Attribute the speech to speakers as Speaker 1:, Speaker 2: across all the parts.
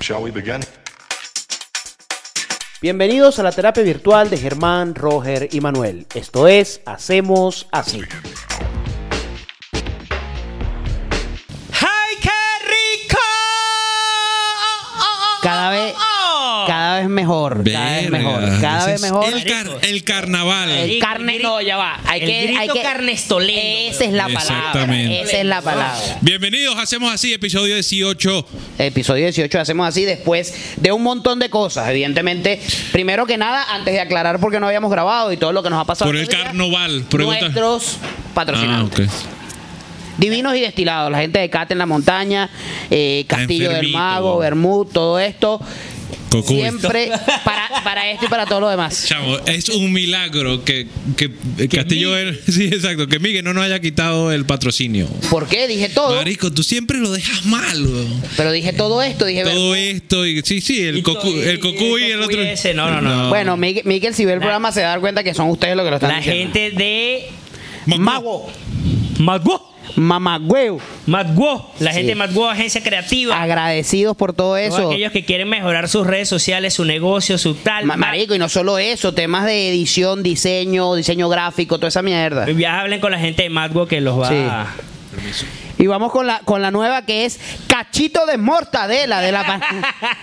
Speaker 1: Shall we begin?
Speaker 2: Bienvenidos a la terapia virtual de Germán, Roger y Manuel. Esto es Hacemos Así.
Speaker 3: ¡Ay, qué rico! Oh,
Speaker 4: Cada vez- Cada vez mejor, cada vez
Speaker 5: Verga.
Speaker 4: mejor, cada
Speaker 5: Ese
Speaker 4: vez
Speaker 5: es
Speaker 4: mejor.
Speaker 5: El, car- el carnaval.
Speaker 4: El
Speaker 3: grito,
Speaker 4: carne,
Speaker 3: el
Speaker 4: no, ya va. Hay
Speaker 3: el
Speaker 4: que, hay
Speaker 3: grito
Speaker 4: que-
Speaker 3: carnestoleno,
Speaker 4: Esa es la
Speaker 5: bro.
Speaker 4: palabra.
Speaker 5: Exactamente.
Speaker 4: Esa es la palabra.
Speaker 5: Bienvenidos, hacemos así, episodio 18.
Speaker 4: Episodio 18 hacemos así después de un montón de cosas, evidentemente. Primero que nada, antes de aclarar por qué no habíamos grabado y todo lo que nos ha pasado.
Speaker 5: Por el
Speaker 4: estos días,
Speaker 5: carnaval, pregunta.
Speaker 4: Nuestros
Speaker 5: Ah,
Speaker 4: patrocinantes.
Speaker 5: ok.
Speaker 4: Divinos y destilados, la gente de Cate en la montaña, eh, Castillo del
Speaker 5: enfermito,
Speaker 4: Mago,
Speaker 5: güey.
Speaker 4: Bermud, todo esto.
Speaker 5: Cocuy.
Speaker 4: Siempre para, para esto y para todo lo demás.
Speaker 5: Chamo, es un milagro que, que Castillo era- Sí, exacto. Que Miguel no nos haya quitado el patrocinio.
Speaker 4: ¿Por qué? Dije todo.
Speaker 5: Marico, tú siempre lo dejas mal, weón.
Speaker 4: Pero dije todo esto, dije.
Speaker 5: Todo esto y sí, sí, el
Speaker 3: Y
Speaker 5: cocu,
Speaker 3: todo-
Speaker 5: el cocu y el otro.
Speaker 3: ese, no, no, no.
Speaker 4: Bueno, Miguel, Miguel, si ve el programa se da cuenta que son ustedes los que lo están
Speaker 3: La
Speaker 4: diciendo.
Speaker 3: gente de
Speaker 5: Mocu.
Speaker 4: Mago,
Speaker 3: Magwo.
Speaker 4: mamagüeu,
Speaker 3: Magwo. La
Speaker 4: Sí.
Speaker 3: gente de Magwo, agencia creativa.
Speaker 4: agradecidos por todo eso.
Speaker 3: Todos aquellos que quieren mejorar sus redes sociales, su negocio, su tal.
Speaker 4: Ma- Marico, y no solo eso, temas de edición, diseño, diseño gráfico, toda esa mierda.
Speaker 3: Ya hablen con la gente de Magwo que los va
Speaker 4: Sí.
Speaker 3: a...
Speaker 4: Y vamos con la, con la nueva que es Cachito de Mortadela de la, pan-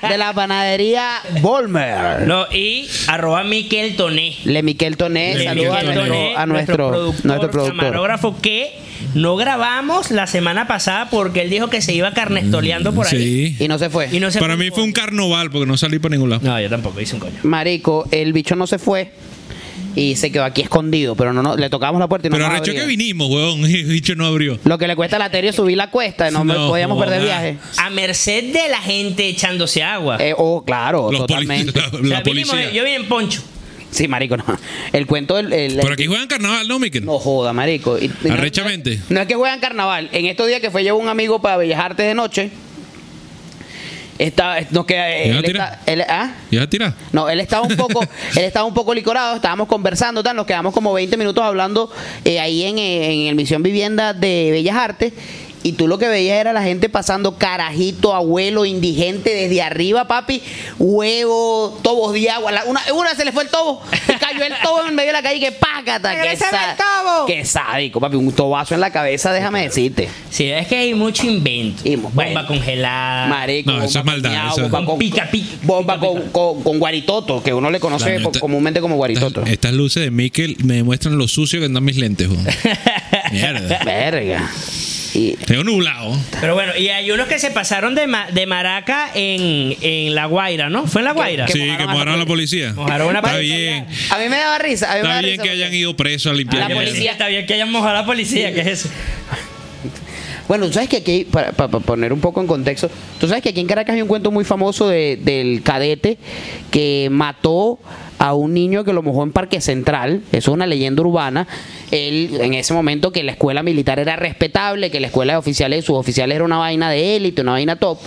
Speaker 4: de la panadería Volmer.
Speaker 3: No, y arroba Miquel Toné.
Speaker 4: Le Miquel Toné,
Speaker 5: Le
Speaker 4: saludos Eh, a
Speaker 5: Miquel Toné,
Speaker 4: nuestro, a nuestro,
Speaker 3: productor,
Speaker 4: nuestro productor.
Speaker 3: camarógrafo que no grabamos la semana pasada porque él dijo que se iba carnestoleando por ahí.
Speaker 5: Sí.
Speaker 4: Y no se fue.
Speaker 3: Y no se
Speaker 5: Para mí fue un carnaval porque no salí para ningún lado.
Speaker 3: No, yo tampoco hice un coño.
Speaker 4: Marico, el bicho no se fue y se quedó aquí escondido, pero no, no le tocamos la puerta y no
Speaker 5: Pero
Speaker 4: nos
Speaker 5: arrecho
Speaker 4: abría.
Speaker 5: que vinimos, weón. Y el bicho no abrió.
Speaker 4: Lo que le cuesta a la Terio subir la cuesta, no, me-
Speaker 5: No,
Speaker 4: podíamos perder
Speaker 5: joda.
Speaker 4: viaje.
Speaker 3: A merced de la gente echándose agua.
Speaker 4: Eh, oh, claro,
Speaker 5: Los
Speaker 4: totalmente.
Speaker 5: policías. La,
Speaker 3: O sea,
Speaker 5: la
Speaker 3: vinimos,
Speaker 5: policía.
Speaker 3: eh, yo vine en poncho.
Speaker 4: Sí, marico, no. El cuento del... el-
Speaker 5: Pero aquí juegan carnaval, ¿no, Miquel?
Speaker 4: No joda, marico. Y- y no-
Speaker 5: Arrechamente.
Speaker 4: No, es que juegan carnaval. En estos días que fue llevó un amigo para Bellas Artes de noche, está, nos queda...
Speaker 5: ¿Y no
Speaker 4: Él,
Speaker 5: tira?
Speaker 4: está- él- ¿ah?
Speaker 5: ¿Ya a tirar?
Speaker 4: No, él estaba un poco, él estaba un poco licorado, estábamos conversando, tal, nos quedamos como 20 minutos hablando eh, ahí en, eh, en el Misión Vivienda de Bellas Artes. Y tú lo que veías era la gente pasando carajito, abuelo, indigente, desde arriba, papi, huevo, tobos de agua. La- una, una se le fue el tobo, y cayó el tobo en medio de la calle, que pácata, que, sa- que sádico, papi, un tobazo en la cabeza,
Speaker 5: Ah.
Speaker 4: déjame decirte.
Speaker 3: Sí, es que hay mucho invento.
Speaker 4: Y,
Speaker 3: Bomba
Speaker 4: bueno.
Speaker 3: congelada.
Speaker 4: Marico,
Speaker 5: Ah. No, eso es
Speaker 4: bomba
Speaker 5: maldad,
Speaker 4: con
Speaker 5: eso es-
Speaker 4: bomba con-
Speaker 3: Pica, pica,
Speaker 4: bomba
Speaker 3: pica,
Speaker 4: con, con- con guaritoto, que uno le conoce
Speaker 5: Claro,
Speaker 4: co-
Speaker 5: esta-
Speaker 4: comúnmente como guaritoto.
Speaker 5: Estas, estas luces de Miquel me demuestran lo sucio que andan mis lentes, weón. Mierda.
Speaker 4: Verga. Y,
Speaker 5: Tengo nublado.
Speaker 3: Pero bueno, y hay unos que se pasaron de, ma- de maraca en, en La Guaira, ¿no? ¿Fue en La Guaira?
Speaker 4: Que
Speaker 5: sí,
Speaker 4: mojaron
Speaker 5: que
Speaker 4: a la
Speaker 5: mojaron a la policía.
Speaker 3: Mojaron Ah, a la
Speaker 5: Está
Speaker 3: policía.
Speaker 5: bien.
Speaker 4: a mí me daba risa. A mí me
Speaker 5: Está
Speaker 4: daba
Speaker 5: bien
Speaker 4: risa
Speaker 5: que
Speaker 4: porque-
Speaker 5: hayan ido presos a limpiar.
Speaker 4: la
Speaker 5: mierda.
Speaker 4: policía.
Speaker 3: Está bien que hayan mojado a la policía, ¿qué es eso?
Speaker 4: Bueno, tú sabes que aquí, para, para- para poner un poco en contexto, tú sabes que aquí en Caracas hay un cuento muy famoso de- del cadete que mató a un niño que lo mojó en Parque Central. Eso es una leyenda urbana. Él, en ese momento, que la escuela militar era respetable, que la escuela de oficiales, sus oficiales era una vaina de élite, una vaina top.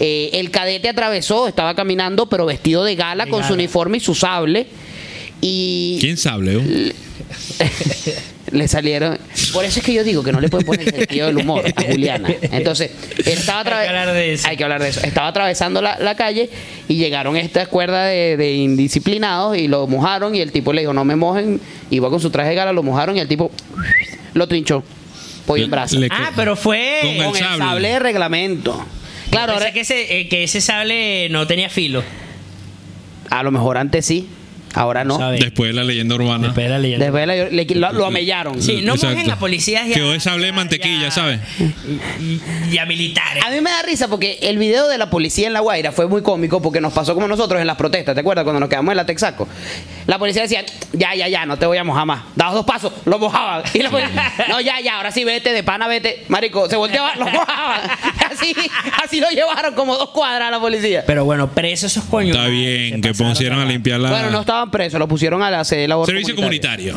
Speaker 4: Eh, el cadete atravesó, estaba caminando, pero vestido de gala con su uniforme y su sable. Y
Speaker 5: ¿Quién sabe, weón?
Speaker 4: le salieron. Por eso es que yo digo que no le pueden poner el sentido del humor a Juliana. Entonces, él estaba
Speaker 3: Hay que
Speaker 4: atraves-
Speaker 3: hablar de eso.
Speaker 4: Hay que hablar de eso. Estaba atravesando la, la calle y llegaron estas cuerdas de, de indisciplinados y lo mojaron. Y el tipo le dijo, no me mojen. Iba con su traje de gala, lo mojaron y el tipo lo trinchó. Pollo en brazo.
Speaker 5: Le-
Speaker 3: Ah, pero fue...
Speaker 5: Con el
Speaker 4: con el
Speaker 5: sable.
Speaker 4: sable de reglamento. Claro,
Speaker 3: Pensé
Speaker 4: ahora-
Speaker 3: que ese, eh, que ese sable no tenía filo.
Speaker 4: a lo mejor antes sí, ahora no.
Speaker 3: ¿Sabe?
Speaker 5: Después de la leyenda urbana.
Speaker 3: Después de la leyenda.
Speaker 4: Después le- le- lo, lo amellaron.
Speaker 3: Sí, no
Speaker 5: Exacto.
Speaker 3: mojen a policías y a-
Speaker 5: Quedó de sable de
Speaker 3: y a-
Speaker 5: mantequilla,
Speaker 3: y a-
Speaker 5: ¿sabes?
Speaker 3: Y, y a militares.
Speaker 4: A mí me da risa porque el video de la policía en La Guaira fue muy cómico porque nos pasó como nosotros en las protestas, ¿te acuerdas? Cuando nos quedamos en la Texaco. La policía decía, ya, ya, ya, no te voy a mojar más. Dabas dos pasos, lo mojaban. Y la policía, no, ya, ya, ahora sí, vete, de pana, vete. Marico, se volteaba, lo mojaban. Así, así lo llevaron como dos cuadras a la policía.
Speaker 3: Pero bueno, presos esos coños. Ah,
Speaker 5: Está bien, que pusieron a limpiar la.
Speaker 4: Bueno, no estaban presos, lo pusieron a la sede de labor
Speaker 5: Servicio comunitario.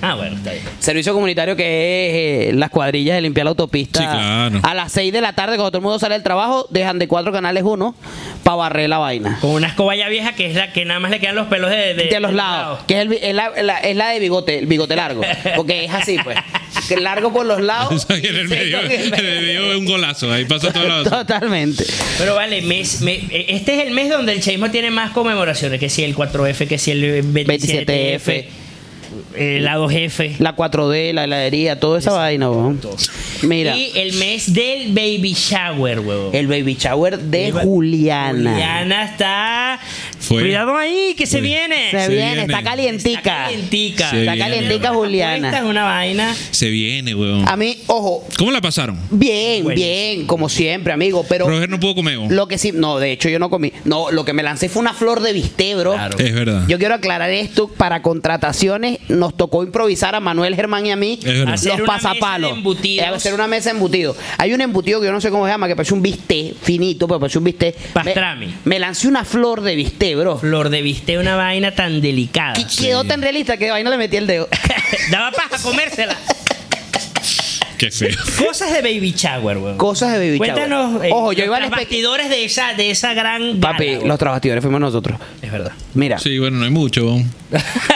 Speaker 3: Ah, bueno, está bien.
Speaker 4: Servicio comunitario que es eh, las cuadrillas de limpiar la autopista.
Speaker 5: Sí, claro.
Speaker 4: A las 6 de la tarde, cuando todo el mundo sale del trabajo, dejan de cuatro canales uno para barrer la vaina.
Speaker 3: Con una escoba ya vieja que es la que nada más le quedan los pelos de,
Speaker 4: de los lados, que es, el, vi- es la, la- es la de bigote, el bigote largo, porque es así, pues. que largo por los lados.
Speaker 5: en el medio, en el medio un golazo. Ahí pasa toda la basura.
Speaker 4: Totalmente.
Speaker 3: Pero vale, mes- me- este es el mes donde el cheísmo tiene más conmemoraciones, que si el 4F, que si el 27F, eh, la 2F.
Speaker 4: La 4D, la heladería, toda esa vaina, weón. Mira,
Speaker 3: Y el mes del baby shower, huevón.
Speaker 4: el baby shower de
Speaker 3: Iba-
Speaker 4: Juliana.
Speaker 3: Juliana está...
Speaker 5: Fue.
Speaker 3: Cuidado ahí, que se
Speaker 5: Fue.
Speaker 3: viene.
Speaker 4: Se,
Speaker 5: Se
Speaker 4: viene,
Speaker 5: viene.
Speaker 4: está calientica.
Speaker 3: Está calientica.
Speaker 5: Se
Speaker 4: Está
Speaker 5: viene.
Speaker 4: calientica
Speaker 3: Esta es
Speaker 4: Juliana.
Speaker 3: una vaina.
Speaker 5: Se viene, weón.
Speaker 4: A mí, ojo,
Speaker 5: ¿Cómo la pasaron?
Speaker 4: bien,
Speaker 3: Bueno.
Speaker 4: bien, como siempre, amigo, pero
Speaker 5: Roger no pudo comer.
Speaker 4: lo que sí, no, de hecho yo no comí. No, lo que me lancé fue una flor de viste, bro.
Speaker 3: Claro.
Speaker 5: Es verdad.
Speaker 4: Yo quiero aclarar esto, para contrataciones nos tocó improvisar a Manuel Germán y a mí
Speaker 5: Es verdad.
Speaker 4: los
Speaker 3: Hacer una mesa de
Speaker 4: pasapalos.
Speaker 3: embutidos.
Speaker 4: Eh, hacer una mesa de embutidos. Hay un embutido que yo no sé cómo se llama, que parece un bisté finito, pero parece un bisté.
Speaker 3: Pastrami.
Speaker 4: Me, me lancé una flor de bisté, bro.
Speaker 3: Flor de viste una vaina tan delicada.
Speaker 4: Que Quedó tan realista que de vaina le metí el dedo.
Speaker 3: Daba paja comérsela.
Speaker 5: Qué feo.
Speaker 3: Cosas de baby shower, huevón.
Speaker 4: Cosas de baby shower.
Speaker 3: Cuéntanos, eh,
Speaker 4: Ojo, yo iba al
Speaker 3: los
Speaker 4: espect-
Speaker 3: bastidores de esa, de esa gran gala,
Speaker 4: Papi,
Speaker 3: güey.
Speaker 4: los trabajadores fuimos nosotros.
Speaker 3: es verdad.
Speaker 4: Mira,
Speaker 5: Sí, bueno, no hay mucho. weón.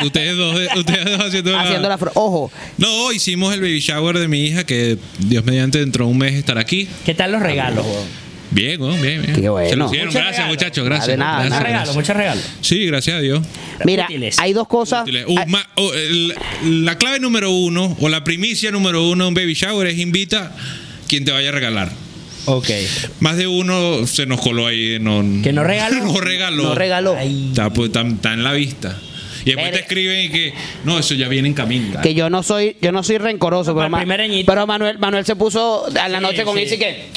Speaker 5: ustedes dos, eh, ustedes dos haciendo, la-
Speaker 4: haciendo la flor. Ojo,
Speaker 5: No, hicimos el baby shower de mi hija que Dios mediante dentro de un mes estará aquí.
Speaker 3: ¿Qué tal los regalos? güey?
Speaker 5: Bien, weón, bien, bien.
Speaker 4: Qué bueno.
Speaker 5: Se lo hicieron.
Speaker 3: Muchos
Speaker 5: Gracias,
Speaker 3: regalos.
Speaker 5: muchachos. Gracias.
Speaker 4: Ah, de nada,
Speaker 5: Gracias,
Speaker 4: nada.
Speaker 3: Muchos regalos,
Speaker 5: gracias.
Speaker 3: muchos regalos.
Speaker 5: Sí, gracias a Dios.
Speaker 4: mira,
Speaker 3: Útiles.
Speaker 4: hay dos cosas.
Speaker 5: Uh,
Speaker 4: hay-
Speaker 5: ma- oh, el- la clave número uno o la primicia número uno de un baby shower es invita quien te vaya a regalar.
Speaker 3: Ok.
Speaker 5: Más de uno se nos coló ahí. No,
Speaker 3: ¿Que no regaló?
Speaker 5: No regaló.
Speaker 4: no regaló.
Speaker 3: Ay.
Speaker 5: Está, pues, está- está en la vista. Y después te
Speaker 4: Verga.
Speaker 5: escriben y que no, eso ya viene en camino.
Speaker 4: Que yo no soy, yo no soy rencoroso,
Speaker 3: Para
Speaker 4: pero,
Speaker 3: el
Speaker 4: ma-
Speaker 3: primer añito.
Speaker 4: pero Manuel, Manuel se puso a la
Speaker 3: Sí,
Speaker 4: noche con
Speaker 3: sí.
Speaker 4: Izzy que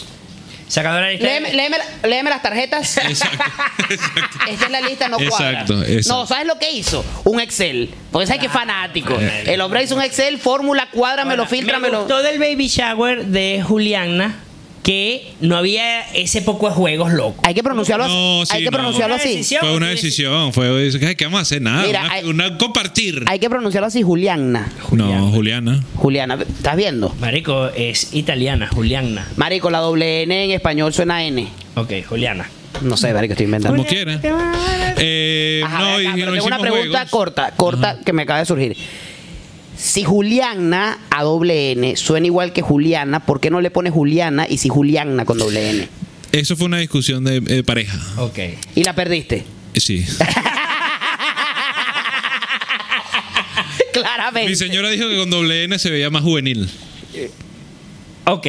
Speaker 3: Sacando la lista.
Speaker 4: léeme, léeme la- léeme las tarjetas.
Speaker 5: Exacto. Exacto.
Speaker 4: Esta es la lista, no cuadra.
Speaker 5: Exacto, exacto.
Speaker 4: No, ¿sabes lo que hizo? Un Excel. Porque sabes que es fanático. El hombre hizo un Excel, fórmula, cuádramelo,
Speaker 3: Ahora, Me
Speaker 4: filtramelo.
Speaker 3: gustó del baby shower de Juliana que no había ese poco de juegos locos.
Speaker 4: Hay que pronunciarlo así.
Speaker 5: No, sí,
Speaker 4: hay que
Speaker 5: no.
Speaker 4: pronunciarlo
Speaker 3: Una
Speaker 4: así.
Speaker 3: decisión.
Speaker 5: Fue una decisión, fue ay, ¿qué vamos a hacer? Nada,
Speaker 4: Mira,
Speaker 5: una-
Speaker 4: hay-
Speaker 5: una- compartir.
Speaker 4: Hay que pronunciarlo así, Juliana.
Speaker 5: No, Juliana.
Speaker 4: Juliana, ¿estás viendo?
Speaker 3: Marico, es italiana, Juliana.
Speaker 4: Marico, la doble N en español suena N.
Speaker 3: Ok, Juliana.
Speaker 4: No sé, Marico, estoy inventando.
Speaker 5: Como quiera. Eh,
Speaker 4: Ajá,
Speaker 5: no,
Speaker 4: ven acá,
Speaker 5: y
Speaker 4: pero
Speaker 5: no
Speaker 4: tengo una
Speaker 5: hicimos
Speaker 4: pregunta
Speaker 5: juegos.
Speaker 4: corta, corta que me acaba de surgir. Si Juliana a doble N suena igual que Juliana, ¿por qué no le pone Juliana y si Juliana con doble N?
Speaker 5: Eso fue una discusión de eh, pareja. eh,
Speaker 3: Ok.
Speaker 4: Y la perdiste.
Speaker 5: Sí. Mi
Speaker 4: Claramente.
Speaker 5: señora dijo que con doble N se veía más juvenil.
Speaker 3: Ok.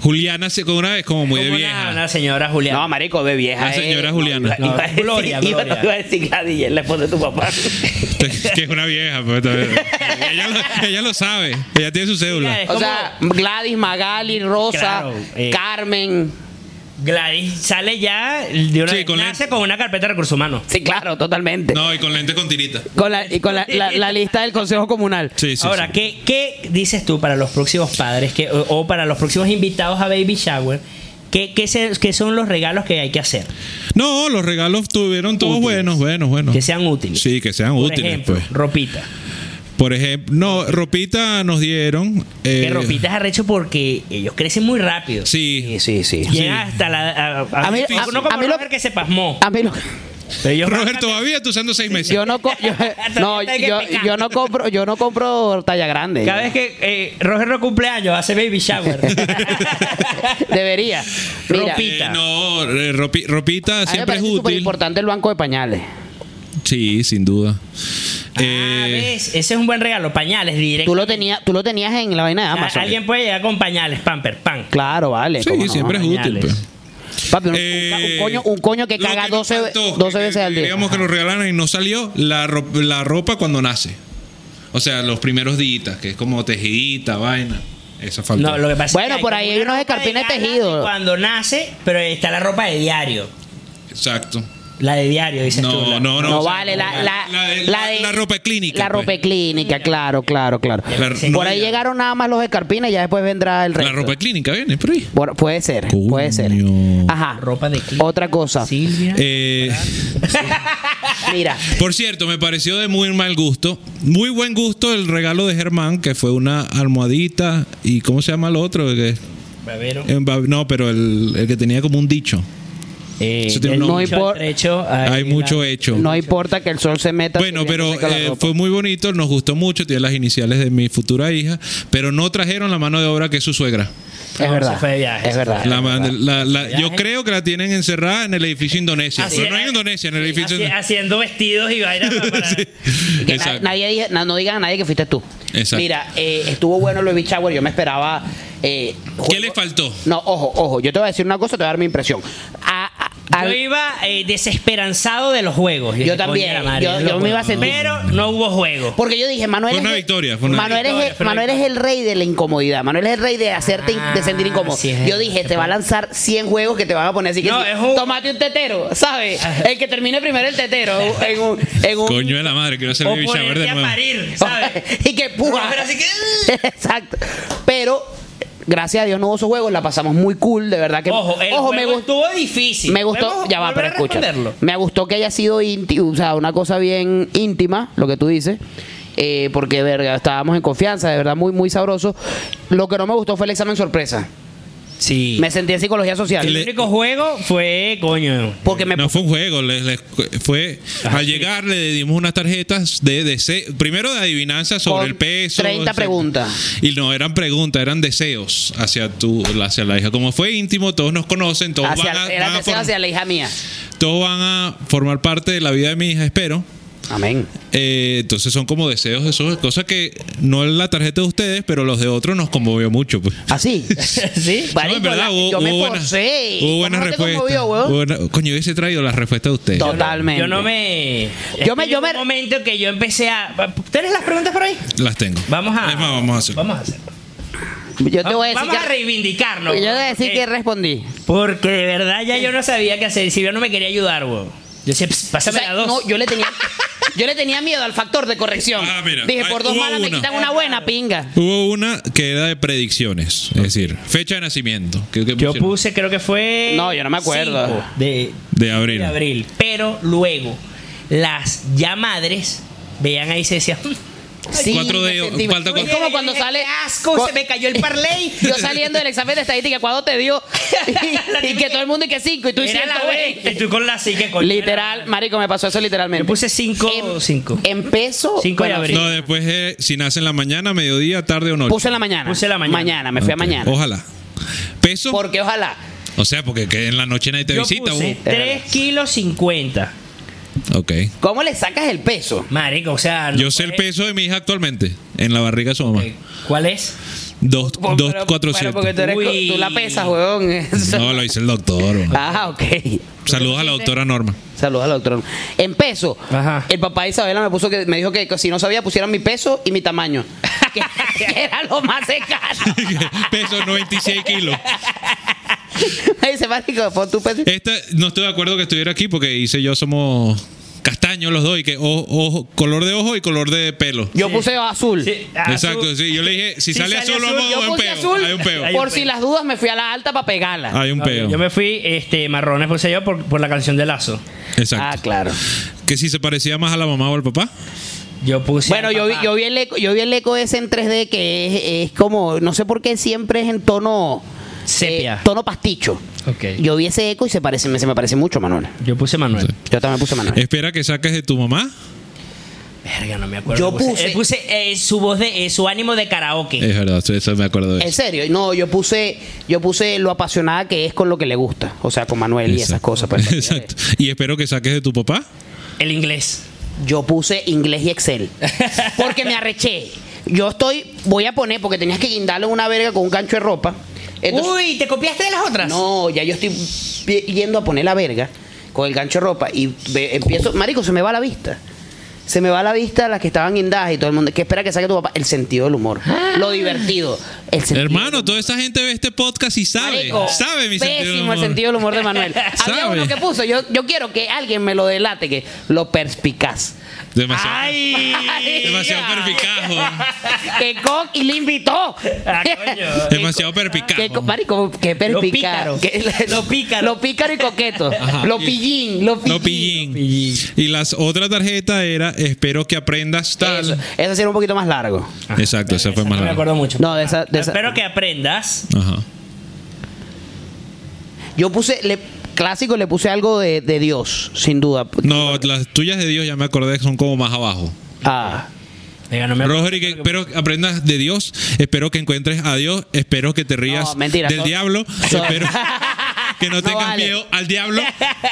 Speaker 5: Juliana se con una vez como muy de
Speaker 3: Como una-
Speaker 5: vieja.
Speaker 3: Una señora Juliana.
Speaker 4: No, marico, ve vieja.
Speaker 5: La
Speaker 4: eh.
Speaker 5: señora
Speaker 4: No,
Speaker 5: Juliana.
Speaker 4: iba-
Speaker 3: No,
Speaker 4: iba a decir-
Speaker 3: Gloria,
Speaker 4: iba-
Speaker 3: Gloria.
Speaker 4: iba a decir Gladys, y él le pone tu papá.
Speaker 5: que es una vieja, pues, está bien. ella, lo, ella lo sabe. Ella tiene su cédula.
Speaker 3: Es
Speaker 4: o
Speaker 3: como-
Speaker 4: sea, Gladys, Magali, Rosa,
Speaker 3: Claro, eh.
Speaker 4: Carmen.
Speaker 3: Gladys sale ya de una
Speaker 5: Sí,
Speaker 3: vez,
Speaker 5: con
Speaker 3: nace con una carpeta de recursos humanos.
Speaker 4: Sí, claro,
Speaker 3: este.
Speaker 4: totalmente.
Speaker 5: No, y con lente con tirita.
Speaker 4: Con la, y con la, la- la lista del Consejo Comunal.
Speaker 5: Sí, sí.
Speaker 3: Ahora,
Speaker 5: sí.
Speaker 3: ¿qué, qué dices tú para los próximos padres que, o, o para los próximos invitados a Baby Shower? ¿Qué, qué, se- qué son los regalos que hay que hacer?
Speaker 5: No, los regalos tuvieron todos buenos, buenos, buenos.
Speaker 3: Que sean útiles.
Speaker 5: Sí, que sean
Speaker 3: Por
Speaker 5: útiles,
Speaker 3: ejemplo,
Speaker 5: pues.
Speaker 3: ropita.
Speaker 5: Por ejemplo, no, ropita nos dieron. eh,
Speaker 3: que ropita es arrecho porque ellos crecen muy rápido.
Speaker 5: Sí.
Speaker 4: sí, sí.
Speaker 3: Llegan hasta la. A, a-
Speaker 4: A mí-
Speaker 3: no
Speaker 4: a-
Speaker 3: como
Speaker 4: a mí lo-
Speaker 3: Roger que se pasmó.
Speaker 4: A mí lo
Speaker 3: pero ellos
Speaker 5: Robert, todavía tú usando seis meses.
Speaker 4: Yo no, co- yo, no,
Speaker 3: Todavía
Speaker 4: yo,
Speaker 3: está que
Speaker 4: yo no compro, yo no compro talla grande.
Speaker 3: cada vez que eh, Roger no cumpleaños hace Baby Shower.
Speaker 4: Debería. Mira,
Speaker 3: Ropi-
Speaker 4: a
Speaker 5: Eh, no, eh, ropi- ropita
Speaker 4: mí me
Speaker 5: siempre es
Speaker 4: parece súper
Speaker 5: útil.
Speaker 4: importante el banco de pañales.
Speaker 5: Sí, sin duda.
Speaker 3: Ah,
Speaker 5: Eh,
Speaker 3: ¿ves? Ese es un buen regalo. Pañales directo.
Speaker 4: Tú lo tenías, tú lo tenías en la vaina de
Speaker 3: Ah,
Speaker 4: Amazon.
Speaker 3: Alguien puede llegar con pañales, pamper, pan.
Speaker 4: Claro, vale. cómo
Speaker 5: sí,
Speaker 4: no.
Speaker 5: siempre es útil.
Speaker 3: pañales.
Speaker 5: pues.
Speaker 4: Papi, un, un ca- un
Speaker 5: Eh,
Speaker 4: coño, un coño que
Speaker 5: lo
Speaker 4: caga
Speaker 5: nos
Speaker 4: 12, ve-
Speaker 5: faltó,
Speaker 4: 12
Speaker 5: que-
Speaker 4: veces al día.
Speaker 5: Digamos que lo regalaron y no salió la, ro- la ropa cuando nace. O sea, los primeros días, que es como tejidita, vaina. Eso faltó.
Speaker 3: No, lo que pasa
Speaker 4: Bueno,
Speaker 3: es que
Speaker 4: por
Speaker 3: como
Speaker 4: ahí
Speaker 3: una
Speaker 4: hay unos
Speaker 3: ropa
Speaker 4: escarpines
Speaker 3: de gala
Speaker 4: tejidos.
Speaker 3: de Cuando nace, pero está la ropa de diario.
Speaker 5: Exacto.
Speaker 3: La de diario, dices tú.
Speaker 5: No,
Speaker 3: la-
Speaker 5: no, no.
Speaker 4: no,
Speaker 5: o sea,
Speaker 4: vale, la, la,
Speaker 5: la de-
Speaker 4: la
Speaker 5: la-
Speaker 4: de-
Speaker 5: la ropa clínica,
Speaker 4: La
Speaker 5: pues.
Speaker 4: ropa clínica, claro, claro, claro.
Speaker 5: La- no,
Speaker 4: por ahí
Speaker 5: ya.
Speaker 4: llegaron nada más los escarpines y ya después vendrá el resto.
Speaker 5: La ropa clínica viene por ahí.
Speaker 4: Por- puede ser, puede ser.
Speaker 5: Coño.
Speaker 4: Ajá.
Speaker 3: Ropa de clima.
Speaker 4: Otra cosa.
Speaker 3: Silvia.
Speaker 5: Eh,
Speaker 4: Mira,
Speaker 5: por cierto, me pareció de muy mal gusto. Muy buen gusto el regalo de Germán, que fue una almohadita. ¿Y cómo se llama el otro? Que-
Speaker 3: Barbero.
Speaker 5: en- No, pero el, el que tenía como un dicho.
Speaker 3: Eh,
Speaker 5: Eso tiene
Speaker 3: del
Speaker 5: un
Speaker 4: nombre.
Speaker 3: nicho
Speaker 4: No
Speaker 3: al
Speaker 4: impor-
Speaker 3: trecho, ahí
Speaker 5: Hay
Speaker 3: la-
Speaker 5: mucho eh, hecho.
Speaker 4: No importa que el sol se meta.
Speaker 5: Bueno,
Speaker 4: si le
Speaker 5: pero
Speaker 4: seca la
Speaker 5: eh,
Speaker 4: ropa.
Speaker 5: fue muy bonito, nos gustó mucho, tiene las iniciales de mi futura hija, pero no trajeron la mano de obra que es su suegra.
Speaker 4: Es
Speaker 3: No,
Speaker 4: verdad.
Speaker 3: se fue de viaje,
Speaker 4: Ah, es
Speaker 3: se
Speaker 4: verdad.
Speaker 3: fue de
Speaker 5: La man- la- la-
Speaker 3: Ya,
Speaker 5: yo
Speaker 3: eh.
Speaker 5: creo que la tienen encerrada en el edificio Indonesia.
Speaker 3: Así-
Speaker 5: Pero no en Indonesia, en el edificio.
Speaker 3: haci- haciendo vestidos y vainas para- para-
Speaker 4: Y que na-
Speaker 5: Exacto.
Speaker 4: nadie diga- na- no digan a nadie que fuiste tú.
Speaker 5: Exacto.
Speaker 4: Mira, eh, estuvo bueno lo de Beach Hour, yo me esperaba. eh,
Speaker 5: ¿Qué
Speaker 4: juego-
Speaker 5: le faltó?
Speaker 4: No, ojo, ojo, yo te voy a decir una cosa, te voy a dar mi impresión. A- a- al-
Speaker 3: Yo iba eh, desesperanzado de los juegos.
Speaker 4: Yo
Speaker 3: dije,
Speaker 4: también,
Speaker 3: "Coño, la madre,
Speaker 4: yo-
Speaker 3: es
Speaker 4: yo
Speaker 3: loco".
Speaker 4: me iba a sentir-
Speaker 3: Pero no hubo juego.
Speaker 4: porque yo dije, Manuel.
Speaker 5: Fue
Speaker 4: es
Speaker 5: una
Speaker 4: el-
Speaker 5: victoria, fue una
Speaker 4: Manuel,
Speaker 3: victoria,
Speaker 4: es, el-
Speaker 3: fue una
Speaker 4: Manuel es el rey de la incomodidad. Manuel es el rey de hacerte, in- de sentir incómodo.
Speaker 3: Ah, sí, es
Speaker 4: yo
Speaker 3: verdad,
Speaker 4: dije,
Speaker 3: qué
Speaker 4: te va a
Speaker 3: pena.
Speaker 4: lanzar 100 juegos que te van a poner así que.
Speaker 3: No,
Speaker 4: sí,
Speaker 3: es un-
Speaker 4: Tómate un tetero, ¿sabes? El que termine primero el tetero. En un, en un-
Speaker 5: Coño de la madre, quiero hacer
Speaker 3: O
Speaker 5: mi shower
Speaker 3: ponerte
Speaker 5: de
Speaker 3: a
Speaker 5: nuevo.
Speaker 3: parir, ¿sabes?
Speaker 4: y que puja.
Speaker 3: Pero así que- uh.
Speaker 4: Exacto. Pero, gracias a Dios no hubo esos juegos, la pasamos muy cool, de verdad que.
Speaker 3: Ojo, el
Speaker 4: me
Speaker 3: juego
Speaker 4: gustó.
Speaker 3: estuvo difícil.
Speaker 4: me gustó,
Speaker 3: Podemos
Speaker 4: ya va,
Speaker 3: volver
Speaker 4: pero
Speaker 3: a
Speaker 4: escucha.
Speaker 3: responderlo.
Speaker 4: Me gustó que haya sido inti- o sea, una cosa bien íntima, lo que tú dices. eh, porque, verga, estábamos en confianza, de verdad, muy, muy sabroso. Lo que no me gustó fue el examen sorpresa.
Speaker 3: Sí.
Speaker 4: Me sentí en psicología social.
Speaker 3: El único juego fue, coño.
Speaker 4: Porque me.
Speaker 5: No fue un juego, le- le- fue al llegar le dimos unas tarjetas de deseo, primero de adivinanza sobre
Speaker 4: Con
Speaker 5: el peso.
Speaker 4: 30
Speaker 5: etcétera.
Speaker 4: preguntas.
Speaker 5: Y no eran preguntas, eran deseos hacia tu, hacia la hija. Como fue íntimo, todos nos conocen, todos
Speaker 4: hacia,
Speaker 5: van a,
Speaker 4: era
Speaker 5: van a
Speaker 4: deseo
Speaker 5: form-
Speaker 4: hacia la hija mía.
Speaker 5: todos van a formar parte de la vida de mi hija, espero.
Speaker 4: Amén.
Speaker 5: Eh, entonces son como deseos, eso, cosas que no es la tarjeta de ustedes, pero los de otros nos conmovió mucho. Pues.
Speaker 4: Así.
Speaker 3: sí.
Speaker 4: Marico,
Speaker 5: no, en verdad,
Speaker 4: la-
Speaker 5: hubo,
Speaker 4: yo me
Speaker 5: hubo buenas-
Speaker 4: forcé.
Speaker 5: hubo
Speaker 4: ¿Cómo
Speaker 5: buenas
Speaker 4: no te
Speaker 5: respuestas.
Speaker 4: conmovió, huevón?
Speaker 5: Hubo buena- coño, hubiese traído las respuestas de ustedes.
Speaker 4: Totalmente.
Speaker 3: Yo no me.
Speaker 4: Yo me- yo
Speaker 3: Hubo
Speaker 4: me-
Speaker 3: Un momento que yo empecé a. ¿Tienes las preguntas por ahí?
Speaker 5: Las tengo.
Speaker 3: Vamos a.
Speaker 5: Es más, vamos a hacer.
Speaker 3: Vamos a hacerlo.
Speaker 4: Yo te voy a decir
Speaker 3: Vamos
Speaker 4: que.
Speaker 3: a Eh, reivindicarnos.
Speaker 4: yo te voy a decir
Speaker 3: porque-
Speaker 4: que respondí.
Speaker 3: Porque de verdad ya yo no sabía qué hacer. Si yo no me quería ayudar, weón. Yo decía, "Ps,
Speaker 4: O
Speaker 3: pásame
Speaker 4: sea,
Speaker 3: la dos.
Speaker 4: no, yo le tenía. Yo le tenía miedo al factor de corrección.
Speaker 5: Ah, mira.
Speaker 4: Dije,
Speaker 5: Ahí
Speaker 4: por dos
Speaker 5: hubo
Speaker 4: malas me
Speaker 5: una.
Speaker 4: quitan una buena pinga.
Speaker 5: Hubo una que era de predicciones, es decir, fecha de nacimiento. ¿Qué- qué
Speaker 3: Yo
Speaker 5: pusieron?
Speaker 3: puse, creo que fue.
Speaker 4: No, yo no me acuerdo.
Speaker 3: cinco De,
Speaker 5: De abril.
Speaker 3: de abril. Pero luego, las ya madres veían ahí y se decían.
Speaker 4: Sí,
Speaker 5: Cuatro
Speaker 4: me
Speaker 5: de ellos,
Speaker 4: sentí mal.
Speaker 5: falta
Speaker 4: Es
Speaker 5: cuatro.
Speaker 4: como cuando
Speaker 3: Qué
Speaker 4: sale.
Speaker 3: asco,
Speaker 4: co-
Speaker 3: se me cayó el parlay.
Speaker 4: Yo saliendo del examen de estadística, cuando te dio. Y, y que todo el mundo y que cinco. Y tú
Speaker 3: Era
Speaker 4: hiciste
Speaker 3: la veinte, Y tú con la sí que coño,
Speaker 4: este. Literal,
Speaker 3: era-
Speaker 4: marico, me pasó eso literalmente.
Speaker 3: Yo puse cinco.
Speaker 4: En-
Speaker 3: cinco.
Speaker 4: En peso.
Speaker 3: Cinco de
Speaker 4: bueno,
Speaker 3: abril.
Speaker 5: No, después eh, si nace en la mañana, mediodía, tarde o noche.
Speaker 4: Puse en la mañana.
Speaker 3: Puse en la mañana.
Speaker 4: me fui a
Speaker 5: Ok,
Speaker 4: mañana.
Speaker 5: Ojalá. Peso.
Speaker 4: Porque ojalá.
Speaker 5: O sea, porque que en la noche nadie te
Speaker 3: Yo
Speaker 5: visita.
Speaker 3: puse
Speaker 5: vos.
Speaker 3: 3 kilos 50.
Speaker 5: Ok.
Speaker 4: ¿Cómo le sacas el peso?
Speaker 3: Marico, o sea. no
Speaker 5: Yo sé el
Speaker 3: puede-
Speaker 5: peso de mi hija actualmente en la barriga de su mamá.
Speaker 3: ¿Cuál es?
Speaker 5: Dos,
Speaker 4: Pero-
Speaker 5: dos,
Speaker 4: pero-
Speaker 5: cuatro,
Speaker 4: pero
Speaker 5: siete.
Speaker 4: porque tú, eres co-
Speaker 3: Uy.
Speaker 4: tú la pesas, huevón.
Speaker 5: No, lo dice el doctor. bro.
Speaker 4: Ah, ok.
Speaker 5: Saludos a la doctora Norma.
Speaker 4: Saludos al doctor. En peso,
Speaker 3: Ajá.
Speaker 4: el papá de Isabela me puso que me dijo que si no sabía pusieran mi peso y mi tamaño. que, que era lo más cercano.
Speaker 5: peso 96 kilos.
Speaker 4: me dice, marico, pon tu peso.
Speaker 5: Esta, no estoy de acuerdo que estuviera aquí porque dice yo somos castaños los dos y que ojo, ojo- color de ojo y color de pelo.
Speaker 4: Yo puse azul.
Speaker 3: Sí, azul.
Speaker 5: Exacto, sí. Yo le dije, si,
Speaker 3: Si
Speaker 5: sale,
Speaker 3: sale
Speaker 5: azul,
Speaker 3: azul,
Speaker 5: vamos
Speaker 4: Yo
Speaker 5: a un
Speaker 4: puse
Speaker 5: peo.
Speaker 4: azul
Speaker 5: Hay un peo.
Speaker 3: Hay
Speaker 4: por
Speaker 3: un
Speaker 4: si
Speaker 3: peo.
Speaker 4: las dudas me fui a la alta para pegarla.
Speaker 5: Hay un
Speaker 3: Ok,
Speaker 5: peo.
Speaker 3: Yo me fui este, marrones, puse yo por, por la canción de Lazo.
Speaker 5: Exacto.
Speaker 4: Ah, claro.
Speaker 5: Que si se parecía más a la mamá o al papá.
Speaker 3: Yo puse.
Speaker 4: bueno,
Speaker 3: al
Speaker 4: yo vi,
Speaker 3: papá.
Speaker 4: yo, vi el eco, yo vi el eco ese en 3D que es, es como, no sé por qué siempre es en tono... eh,
Speaker 3: Sepia.
Speaker 4: tono pasticho.
Speaker 3: Ok.
Speaker 4: Yo vi ese eco y se parece, me, se me parece mucho, Manuel.
Speaker 3: Yo puse Manuel.
Speaker 4: Yo también puse Manuel.
Speaker 5: Espera que saques de tu mamá.
Speaker 3: Verga, no me acuerdo.
Speaker 4: Yo
Speaker 3: Yo
Speaker 4: puse-
Speaker 3: puse. eh, puse eh, su voz de. eh, su ánimo de karaoke.
Speaker 5: Es verdad, eso me acuerdo de
Speaker 4: En
Speaker 5: eso.
Speaker 4: serio, no, yo puse, yo puse lo apasionada que es con lo que le gusta, o sea, con Manuel y esas
Speaker 5: Exacto.
Speaker 4: cosas. pues.
Speaker 5: Exacto. Y espero que saques de tu papá.
Speaker 3: El inglés.
Speaker 4: Yo puse inglés y Excel, porque me arreché. Yo estoy, voy a poner, porque tenías que guindarle una verga con un gancho de ropa. Entonces,
Speaker 3: Uy, ¿te copiaste de las otras?
Speaker 4: no, ya yo estoy pi- yendo a poner la verga con el gancho de ropa y ve- empiezo, marico, se me va la vista. Se me va la vista las que estaban guindadas y todo el mundo. ¿Qué espera que saque tu papá? El sentido del humor. Lo divertido. El sentido del
Speaker 5: Hermano,
Speaker 4: humor.
Speaker 5: toda esa gente ve este podcast y sabe.
Speaker 4: Marico,
Speaker 5: sabe mi
Speaker 4: pésimo
Speaker 5: sentido del
Speaker 4: el
Speaker 5: humor.
Speaker 4: sentido del humor de Manuel. Había
Speaker 5: Sabe.
Speaker 4: uno que puso, yo, yo quiero que alguien me lo delate, que lo perspicaz.
Speaker 5: Demasiado.
Speaker 3: ¡Ay!
Speaker 5: Demasiado perpicaz. joder.
Speaker 4: que Coq y le invitó.
Speaker 3: Ah, coño.
Speaker 5: Demasiado perpicaz.
Speaker 4: Que,
Speaker 5: joder.
Speaker 4: marico, que perspicaz.
Speaker 3: pícaro.
Speaker 4: Que-
Speaker 3: Lo pícaro.
Speaker 4: Lo pícaro y coqueto.
Speaker 5: Ajá.
Speaker 4: Lo pillín. Lo pillín.
Speaker 5: No pillín.
Speaker 3: Pillín.
Speaker 5: Y las otra tarjeta era espero que aprendas tal.
Speaker 4: Eso, eso sí era un poquito más largo.
Speaker 5: Exacto, esa fue
Speaker 3: Esa Ah, no
Speaker 5: más
Speaker 3: me
Speaker 5: larga.
Speaker 3: acuerdo mucho. Ah,
Speaker 4: No, de esa- de esa-
Speaker 3: Espero que aprendas.
Speaker 5: Ajá.
Speaker 4: Yo puse le- clásico le puse algo de, de Dios, sin duda.
Speaker 5: No, las tuyas de Dios ya me acordé que son como más abajo.
Speaker 4: Ah.
Speaker 3: Venga, no me-
Speaker 5: Roger, y que espero que aprendas de Dios, espero que encuentres a Dios, espero que te rías
Speaker 4: mentira,
Speaker 5: del
Speaker 4: son-
Speaker 5: diablo,
Speaker 4: son-
Speaker 5: espero que no
Speaker 4: No
Speaker 5: tengas
Speaker 4: vale.
Speaker 5: miedo al diablo.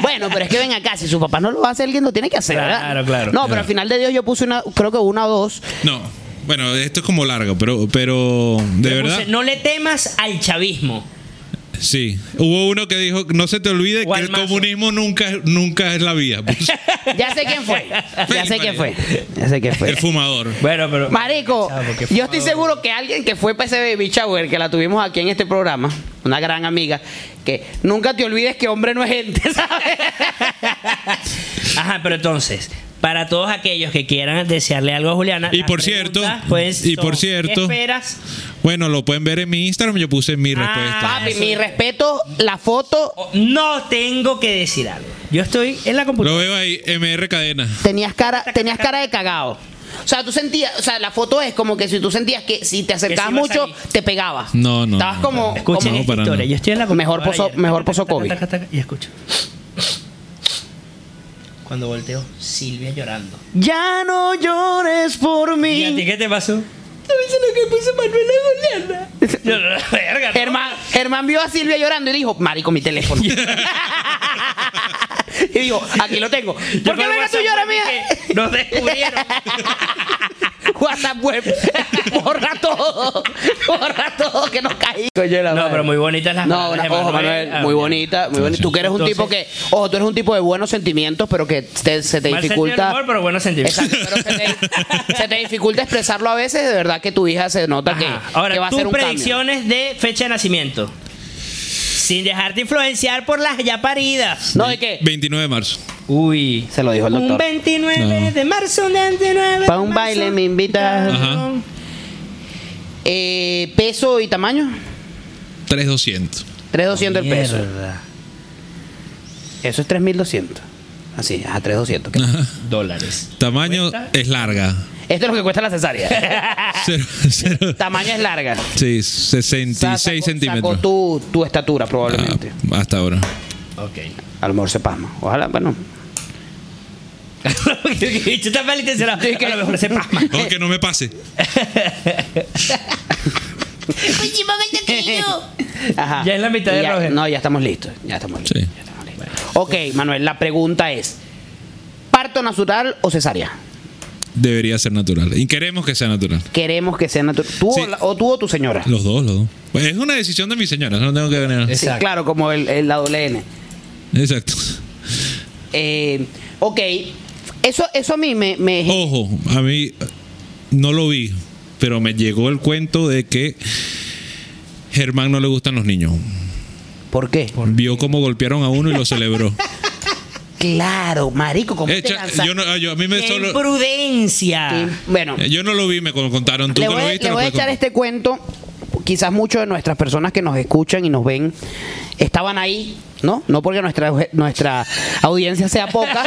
Speaker 4: Bueno, pero es que ven acá, si su papá no lo hace, alguien lo tiene que hacer, ¿verdad?
Speaker 3: Claro, claro.
Speaker 4: No, pero
Speaker 5: Claro.
Speaker 4: al final de Dios yo puse una, creo que una o dos.
Speaker 5: No, bueno, esto es como largo, pero, pero de
Speaker 3: Le puse,
Speaker 5: verdad,
Speaker 3: no le temas al chavismo.
Speaker 5: sí. Hubo uno que dijo, no se te olvide
Speaker 3: O
Speaker 5: que
Speaker 3: al
Speaker 5: el
Speaker 3: mazo.
Speaker 5: comunismo nunca, nunca es la vía. Puso
Speaker 4: Ya sé quién fue. Ya sé quién fue. Ya sé quién fue.
Speaker 5: el fumador.
Speaker 3: Bueno, pero.
Speaker 4: Marico,
Speaker 3: Porque
Speaker 4: yo estoy seguro que alguien que fue para ese Baby Shower, que la tuvimos aquí en este programa, una gran amiga, que nunca te olvides que hombre no es gente, ¿sabes?
Speaker 3: Ajá, pero entonces, para todos aquellos que quieran desearle algo a Juliana.
Speaker 5: Y
Speaker 3: las
Speaker 5: por cierto,
Speaker 3: preguntas, pues,
Speaker 5: y por
Speaker 3: son, ¿qué
Speaker 5: cierto,
Speaker 3: esperas?
Speaker 5: Bueno, lo pueden ver en mi Instagram, yo puse mi
Speaker 3: Ah,
Speaker 5: respuesta.
Speaker 4: Papi, mi respeto, la foto,
Speaker 3: O- No tengo que decir algo. Yo estoy en la
Speaker 5: Lo
Speaker 3: computadora.
Speaker 5: veo ahí, MR Cadena.
Speaker 4: tenías cara, tenías cara de cagado. O sea, tú sentías, o sea, la foto es como que si tú sentías que si te acercabas
Speaker 3: Que sí iba a
Speaker 4: mucho, te pegaba.
Speaker 5: No, no,
Speaker 4: Estabas
Speaker 5: no,
Speaker 4: como,
Speaker 5: no.
Speaker 3: Escuchen
Speaker 5: ¿Cómo?
Speaker 3: esta
Speaker 5: Para
Speaker 3: historia.
Speaker 5: no.
Speaker 3: Yo estoy en la
Speaker 4: Mejor
Speaker 3: computadora
Speaker 4: posó-
Speaker 3: ayer.
Speaker 4: mejor
Speaker 3: Taca,
Speaker 4: posó
Speaker 3: taca,
Speaker 4: COVID.
Speaker 3: taca, taca, Y escucho. Cuando volteo, Silvia llorando.
Speaker 4: ya no llores por
Speaker 3: ¿Y a ti
Speaker 4: mí.
Speaker 3: qué te pasó? ¿Tú viste lo que puso Manuela Juliana? Yo, la verga, ¿no?
Speaker 4: Germán, Germán vio a Silvia llorando y dijo, marico, mi teléfono. y dijo, aquí lo tengo. ¿Por qué
Speaker 3: por
Speaker 4: venga tú
Speaker 3: WhatsApp
Speaker 4: lloras, mía?
Speaker 3: dije, Nos descubrieron.
Speaker 4: WhatsApp web. Borra todo. Borra todo que nos caí.
Speaker 3: No, pero muy bonitas las
Speaker 4: No,
Speaker 3: palabras
Speaker 4: una-
Speaker 3: de
Speaker 4: ojo, Manuel,
Speaker 3: Ah,
Speaker 4: muy
Speaker 3: bueno.
Speaker 4: bonita, muy bonita. Tú que eres un
Speaker 3: Entonces-
Speaker 4: tipo que, ojo, tú eres un tipo de buenos sentimientos, pero que te- se te
Speaker 3: Mal sentido del
Speaker 4: dificulta.
Speaker 3: humor, pero buenos sentimientos.
Speaker 4: Exacto, pero se te, se te dificulta expresarlo a veces, de verdad que tu hija se nota que,
Speaker 3: Ajá. Ahora,
Speaker 4: que va a ser
Speaker 3: tus
Speaker 4: un cambio.
Speaker 3: predicciones de fecha de nacimiento. Sin dejarte influenciar por las ya paridas.
Speaker 4: No, de que
Speaker 5: 29 de marzo.
Speaker 3: Uy.
Speaker 4: se lo dijo el
Speaker 3: Un
Speaker 4: doctor.
Speaker 3: 29
Speaker 5: No.
Speaker 3: de marzo, un 29
Speaker 4: Pa' un baile me invitas.
Speaker 5: Ajá.
Speaker 4: Eh, peso y tamaño,
Speaker 5: 3200.
Speaker 4: 3200 el peso.
Speaker 3: Mierda.
Speaker 4: Eso es 3200. Así, a 3200. ¿qué?
Speaker 5: Ajá.
Speaker 3: Dólares.
Speaker 5: Tamaño
Speaker 3: ¿Cuesta?
Speaker 5: es larga.
Speaker 4: Esto es lo que cuesta la cesárea.
Speaker 5: Cero- cero-
Speaker 4: tamaño es larga.
Speaker 5: sí,
Speaker 4: Sa-
Speaker 5: 66
Speaker 4: sacó-
Speaker 5: centímetros.
Speaker 4: Sacó tu, tu estatura,
Speaker 5: Ah,
Speaker 4: probablemente.
Speaker 5: hasta ahora.
Speaker 3: Ok.
Speaker 4: A lo mejor se pasma. Ojalá, bueno.
Speaker 3: Yo estaba feliz de ser-
Speaker 4: Sí, que-
Speaker 3: A lo mejor se pasma.
Speaker 5: No, que no me pase.
Speaker 4: Ajá.
Speaker 3: Ya es la mitad
Speaker 4: Y
Speaker 3: de
Speaker 4: ya-
Speaker 3: Roger.
Speaker 4: No, ya estamos listos. Ya estamos listos.
Speaker 5: Sí.
Speaker 4: ya estamos listos. Ok, Manuel, la pregunta es: ¿parto natural o cesárea?
Speaker 5: Debería ser natural. Y queremos que sea natural.
Speaker 4: Queremos que sea natural. ¿Tú
Speaker 5: Sí.
Speaker 4: o, la- o tú o tu señora?
Speaker 5: Los dos, los dos. Pues es una decisión de mi señora, no tengo que venir.
Speaker 4: Sí,
Speaker 3: Exacto.
Speaker 4: claro, como el, el- la doble N.
Speaker 5: Exacto.
Speaker 4: Eh, ok, eso, eso a mí me.
Speaker 5: Oh.
Speaker 4: me-
Speaker 5: Ojo, a mí eh, no lo vi, pero me llegó el cuento de que Germán no le gustan los niños.
Speaker 4: ¿Por qué?
Speaker 5: Vio cómo golpearon a uno y lo celebró.
Speaker 4: Claro, marico, ¿cómo te
Speaker 5: Echa-
Speaker 4: lanzas?
Speaker 5: yo no, yo- a mí me
Speaker 3: ¡Qué
Speaker 5: solo-
Speaker 3: imprudencia!
Speaker 4: Sí, bueno,
Speaker 5: yo no lo vi, me lo contaron. Tú
Speaker 4: le
Speaker 5: que
Speaker 4: voy,
Speaker 5: lo
Speaker 4: a-
Speaker 5: viste,
Speaker 4: le
Speaker 5: lo
Speaker 4: voy a
Speaker 5: puedes
Speaker 4: echar
Speaker 5: contar.
Speaker 4: este cuento. Quizás muchas de nuestras personas que nos escuchan y nos ven estaban ahí, ¿no? No porque nuestra, nuestra audiencia sea poca,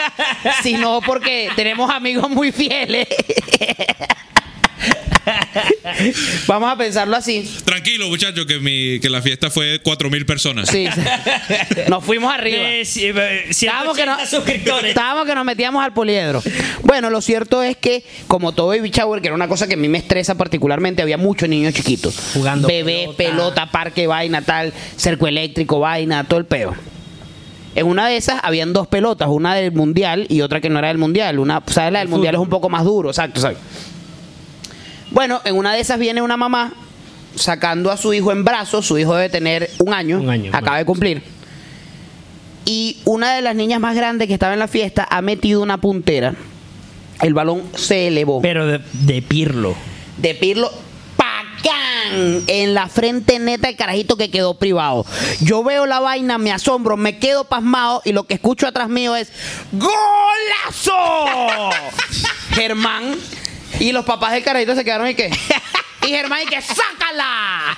Speaker 4: sino porque tenemos amigos muy fieles. Vamos a pensarlo así.
Speaker 5: Tranquilo, muchachos, que, mi, que la fiesta fue de 4.000 personas.
Speaker 4: Sí. Nos fuimos arriba.
Speaker 3: Eh, sí, eh,
Speaker 4: Estábamos que,
Speaker 3: 180
Speaker 4: no-
Speaker 3: suscriptores.
Speaker 4: estábamos que nos metíamos al poliedro. Bueno, lo cierto es que, como todo baby shower, que era una cosa que a mí me estresa particularmente, había muchos niños chiquitos.
Speaker 3: Jugando
Speaker 4: Bebés, pelota.
Speaker 3: pelota.
Speaker 4: parque, vaina, tal, cerco eléctrico, vaina, todo el peo. En una de esas habían dos pelotas, una del mundial y otra que no era del mundial. Una, ¿sabes? La del mundial es un poco más duro, exacto, exacto. Bueno, en una de esas viene una mamá sacando a su hijo en brazos, su hijo debe tener un año,
Speaker 3: Un año,
Speaker 4: acaba
Speaker 3: bueno,
Speaker 4: de cumplir. Y una de las niñas más grandes que estaba en la fiesta ha metido una puntera. El balón se elevó.
Speaker 3: Pero de, de Pirlo.
Speaker 4: De Pirlo, ¡pacán! En la frente neta el carajito que quedó privado. Yo veo la vaina, me asombro, me quedo pasmado y lo que escucho atrás mío es ¡Golazo! Germán y los papás del carajito se quedaron y que... Y Germán y que ¡sácala!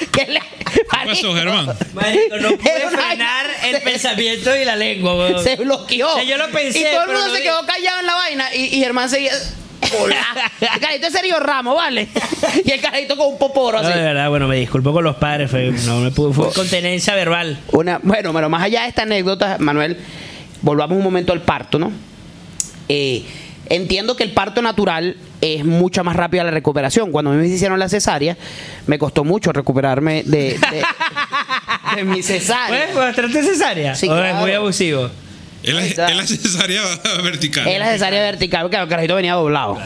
Speaker 4: ¿Qué, le-
Speaker 5: pasó, Germán?
Speaker 3: Marico, no pude
Speaker 4: Germán
Speaker 3: frenar el
Speaker 4: se-
Speaker 3: pensamiento y la lengua, weón.
Speaker 4: se bloqueó.
Speaker 3: O sea, yo lo pensé,
Speaker 4: Y todo el
Speaker 3: pero
Speaker 4: mundo
Speaker 3: no
Speaker 4: se
Speaker 3: di-
Speaker 4: quedó callado en la vaina. Y, y Germán seguía. volar. El carajito es Sergio Ramos, ¿vale? Y el carajito con un poporo
Speaker 3: No,
Speaker 4: así.
Speaker 3: de verdad, bueno, me disculpo con los padres, fue- no me pude, fue contenencia verbal.
Speaker 4: Una, bueno, bueno, más allá de esta anécdota, Manuel, volvamos un momento al parto, ¿no? Eh, entiendo que el parto natural es mucho más rápida la recuperación. Cuando a mí me hicieron la cesárea, me costó mucho recuperarme de, de- de mi cesárea.
Speaker 3: Bueno, bastante cesárea.
Speaker 4: Sí,
Speaker 3: O es
Speaker 4: claro.
Speaker 3: muy abusivo.
Speaker 5: Es la,
Speaker 4: Ahí está.
Speaker 5: es la cesárea vertical.
Speaker 4: Es la cesárea vertical, porque el carajito venía doblado.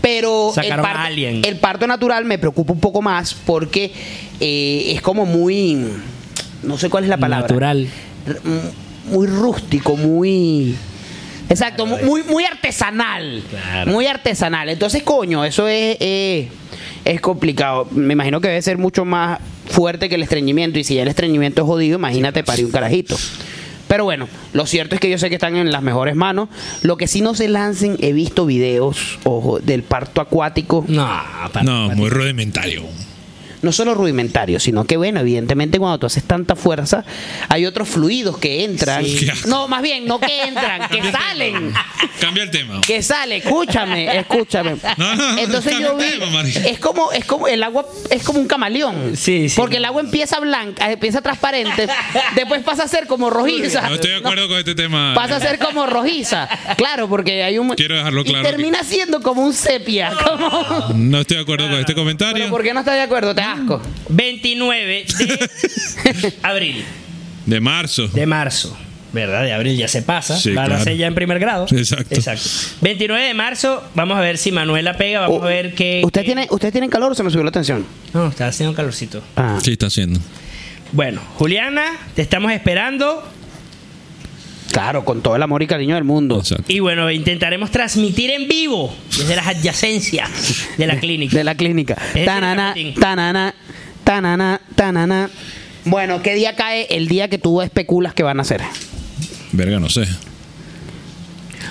Speaker 4: Pero el
Speaker 3: Sacaron a
Speaker 4: parto,
Speaker 3: alguien.
Speaker 4: el parto natural me preocupa un poco más porque eh, es como muy. No sé cuál es la palabra.
Speaker 3: Natural.
Speaker 4: R- mm, Muy rústico, muy. Exacto, mu- muy, muy artesanal.
Speaker 3: Claro.
Speaker 4: Muy artesanal. Entonces, coño, eso es, eh, es complicado. Me imagino que debe ser mucho más fuerte que el estreñimiento. Y si ya el estreñimiento es jodido, imagínate parir un carajito. Pero bueno, lo cierto es que yo sé que están en las mejores manos. Lo que sí no se lancen, he visto videos, ojo, del parto acuático.
Speaker 3: No, para-
Speaker 5: No, muy rudimentario.
Speaker 4: No solo rudimentario, sino que bueno, evidentemente cuando tú haces tanta fuerza, hay otros fluidos que entran.
Speaker 5: Sí. Qué asco.
Speaker 4: No, más bien, no que entran, que salen.
Speaker 5: Cambia el tema.
Speaker 4: que sale, escúchame, escúchame.
Speaker 5: No, no, no,
Speaker 4: Entonces
Speaker 5: cambia
Speaker 4: yo
Speaker 5: el
Speaker 4: vi,
Speaker 5: tema, marica.
Speaker 4: es como, es como el agua, es como un camaleón,
Speaker 3: Sí, sí.
Speaker 4: porque el agua empieza blanca, eh, empieza transparente, después pasa a ser como rojiza,
Speaker 5: No estoy de acuerdo con este tema.
Speaker 4: pasa a ser como rojiza, claro, porque hay un,
Speaker 5: Quiero dejarlo claro
Speaker 4: y termina siendo como un sepia, como,
Speaker 5: No estoy de acuerdo con este comentario.
Speaker 4: Pero ¿por qué no estás de acuerdo? Te asco.
Speaker 3: 29 de abril.
Speaker 5: De marzo.
Speaker 3: de marzo, ¿verdad? De abril ya se pasa.
Speaker 5: Sí,
Speaker 3: Van a
Speaker 5: claro.
Speaker 3: ser ya en primer grado.
Speaker 5: Exacto.
Speaker 3: 29 de marzo, vamos a ver si Manuela pega, vamos a ver qué.
Speaker 4: Oh, ¿Usted
Speaker 3: qué-
Speaker 4: tiene, ¿Usted tiene calor o se me subió la tensión?
Speaker 3: No, está haciendo calorcito.
Speaker 4: Ah.
Speaker 5: Sí, está haciendo.
Speaker 3: Bueno, Juliana, te estamos esperando.
Speaker 4: Claro, con todo el amor y cariño del mundo.
Speaker 5: Exacto.
Speaker 3: Y bueno, intentaremos transmitir en vivo desde las adyacencias de la clínica.
Speaker 4: De la clínica.
Speaker 3: el
Speaker 4: Tanana,
Speaker 3: Chapatín.
Speaker 4: tanana, tanana, tanana. Bueno, ¿qué día cae el día que tú especulas que van a hacer?
Speaker 5: Verga, no sé.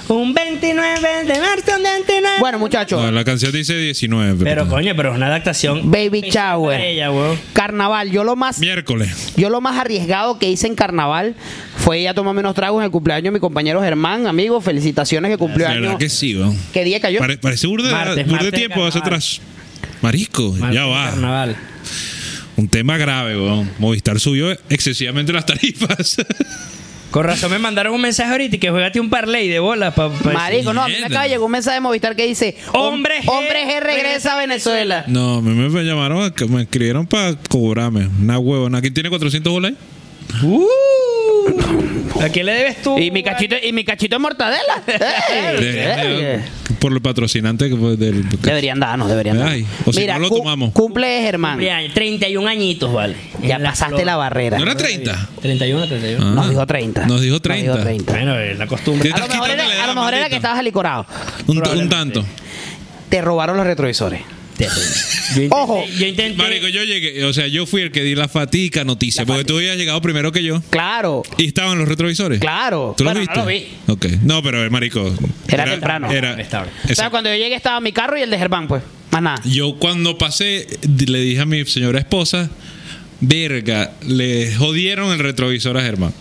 Speaker 3: Un 29 de marzo, un 29.
Speaker 4: Bueno, muchachos,
Speaker 5: No, la canción dice 19.
Speaker 3: pero coño, pero es una adaptación.
Speaker 4: Baby shower.
Speaker 3: Ella, weón.
Speaker 4: carnaval, yo lo más
Speaker 5: Miércoles.
Speaker 4: yo lo más arriesgado que hice en carnaval fue ir a tomarme unos tragos en el cumpleaños de mi compañero Germán, amigo, felicitaciones que cumplió año.
Speaker 5: ¿Verdad que sí, weón?
Speaker 4: ¿Qué día cayó?
Speaker 5: Pare- parece burda,
Speaker 3: Martes,
Speaker 5: burda
Speaker 3: martes
Speaker 5: de
Speaker 3: de
Speaker 5: tiempo hacia
Speaker 3: carnaval.
Speaker 5: atrás. Marisco, ya
Speaker 3: Martín
Speaker 5: va.
Speaker 3: Carnaval.
Speaker 5: Un tema grave, weón. Movistar subió excesivamente las tarifas.
Speaker 3: Con razón me mandaron un mensaje ahorita y que juegate un parlay de bola. Pa, pa-
Speaker 4: Marico, no, a mí me
Speaker 5: mierda.
Speaker 4: acaba de llegar un mensaje de Movistar que dice,
Speaker 3: Hombre G
Speaker 4: hombre G regresa a Venezuela.
Speaker 5: no, me, me llamaron, a- me escribieron para cobrarme. Una huevona. ¿Quién tiene 400 dólares?
Speaker 3: Uh. ¿A quién le debes tú?
Speaker 4: Y mi cachito, y mi cachito de mortadela. Ey, ey.
Speaker 5: Por el patrocinante que fue del.
Speaker 4: Deberían darnos, deberían darnos.
Speaker 5: Ay, o si no lo
Speaker 4: cu-
Speaker 5: tomamos.
Speaker 4: Cumple es Germán.
Speaker 3: Cumpleaños, 31 añitos, vale.
Speaker 4: Ya
Speaker 3: En la
Speaker 4: pasaste
Speaker 3: flor.
Speaker 4: la barrera.
Speaker 5: ¿No era 30?
Speaker 3: 31, 31.
Speaker 5: Ah.
Speaker 4: Nos dijo 30.
Speaker 5: Nos dijo
Speaker 4: dijo
Speaker 5: 30.
Speaker 3: Bueno, es la costumbre.
Speaker 5: ¿Qué
Speaker 4: A lo
Speaker 5: Estás
Speaker 4: mejor,
Speaker 5: quitándole
Speaker 4: era,
Speaker 5: edad,
Speaker 4: a lo mejor era
Speaker 5: maldito.
Speaker 4: que estabas alicorado.
Speaker 5: Un, t- un tanto.
Speaker 4: Te robaron los retrovisores.
Speaker 3: Terrible. Yo intenté-
Speaker 4: Ojo.
Speaker 3: Yo intenté.
Speaker 5: Marico, yo llegué. O sea, yo fui el que di la fatica noticia. porque tú habías llegado primero que yo.
Speaker 4: Claro,
Speaker 5: Y estaban los retrovisores.
Speaker 4: claro.
Speaker 5: ¿Tú
Speaker 4: Bueno,
Speaker 5: los viste?
Speaker 4: No lo vi.
Speaker 5: Ok. No, pero eh, marico.
Speaker 4: Era temprano.
Speaker 5: Era,
Speaker 3: Estaba.
Speaker 4: O sea,
Speaker 5: Exacto.
Speaker 4: cuando yo llegué estaba mi carro y el de Germán, pues. Más nada.
Speaker 5: Yo cuando pasé, le dije a mi señora esposa, verga, le jodieron el retrovisor a Germán.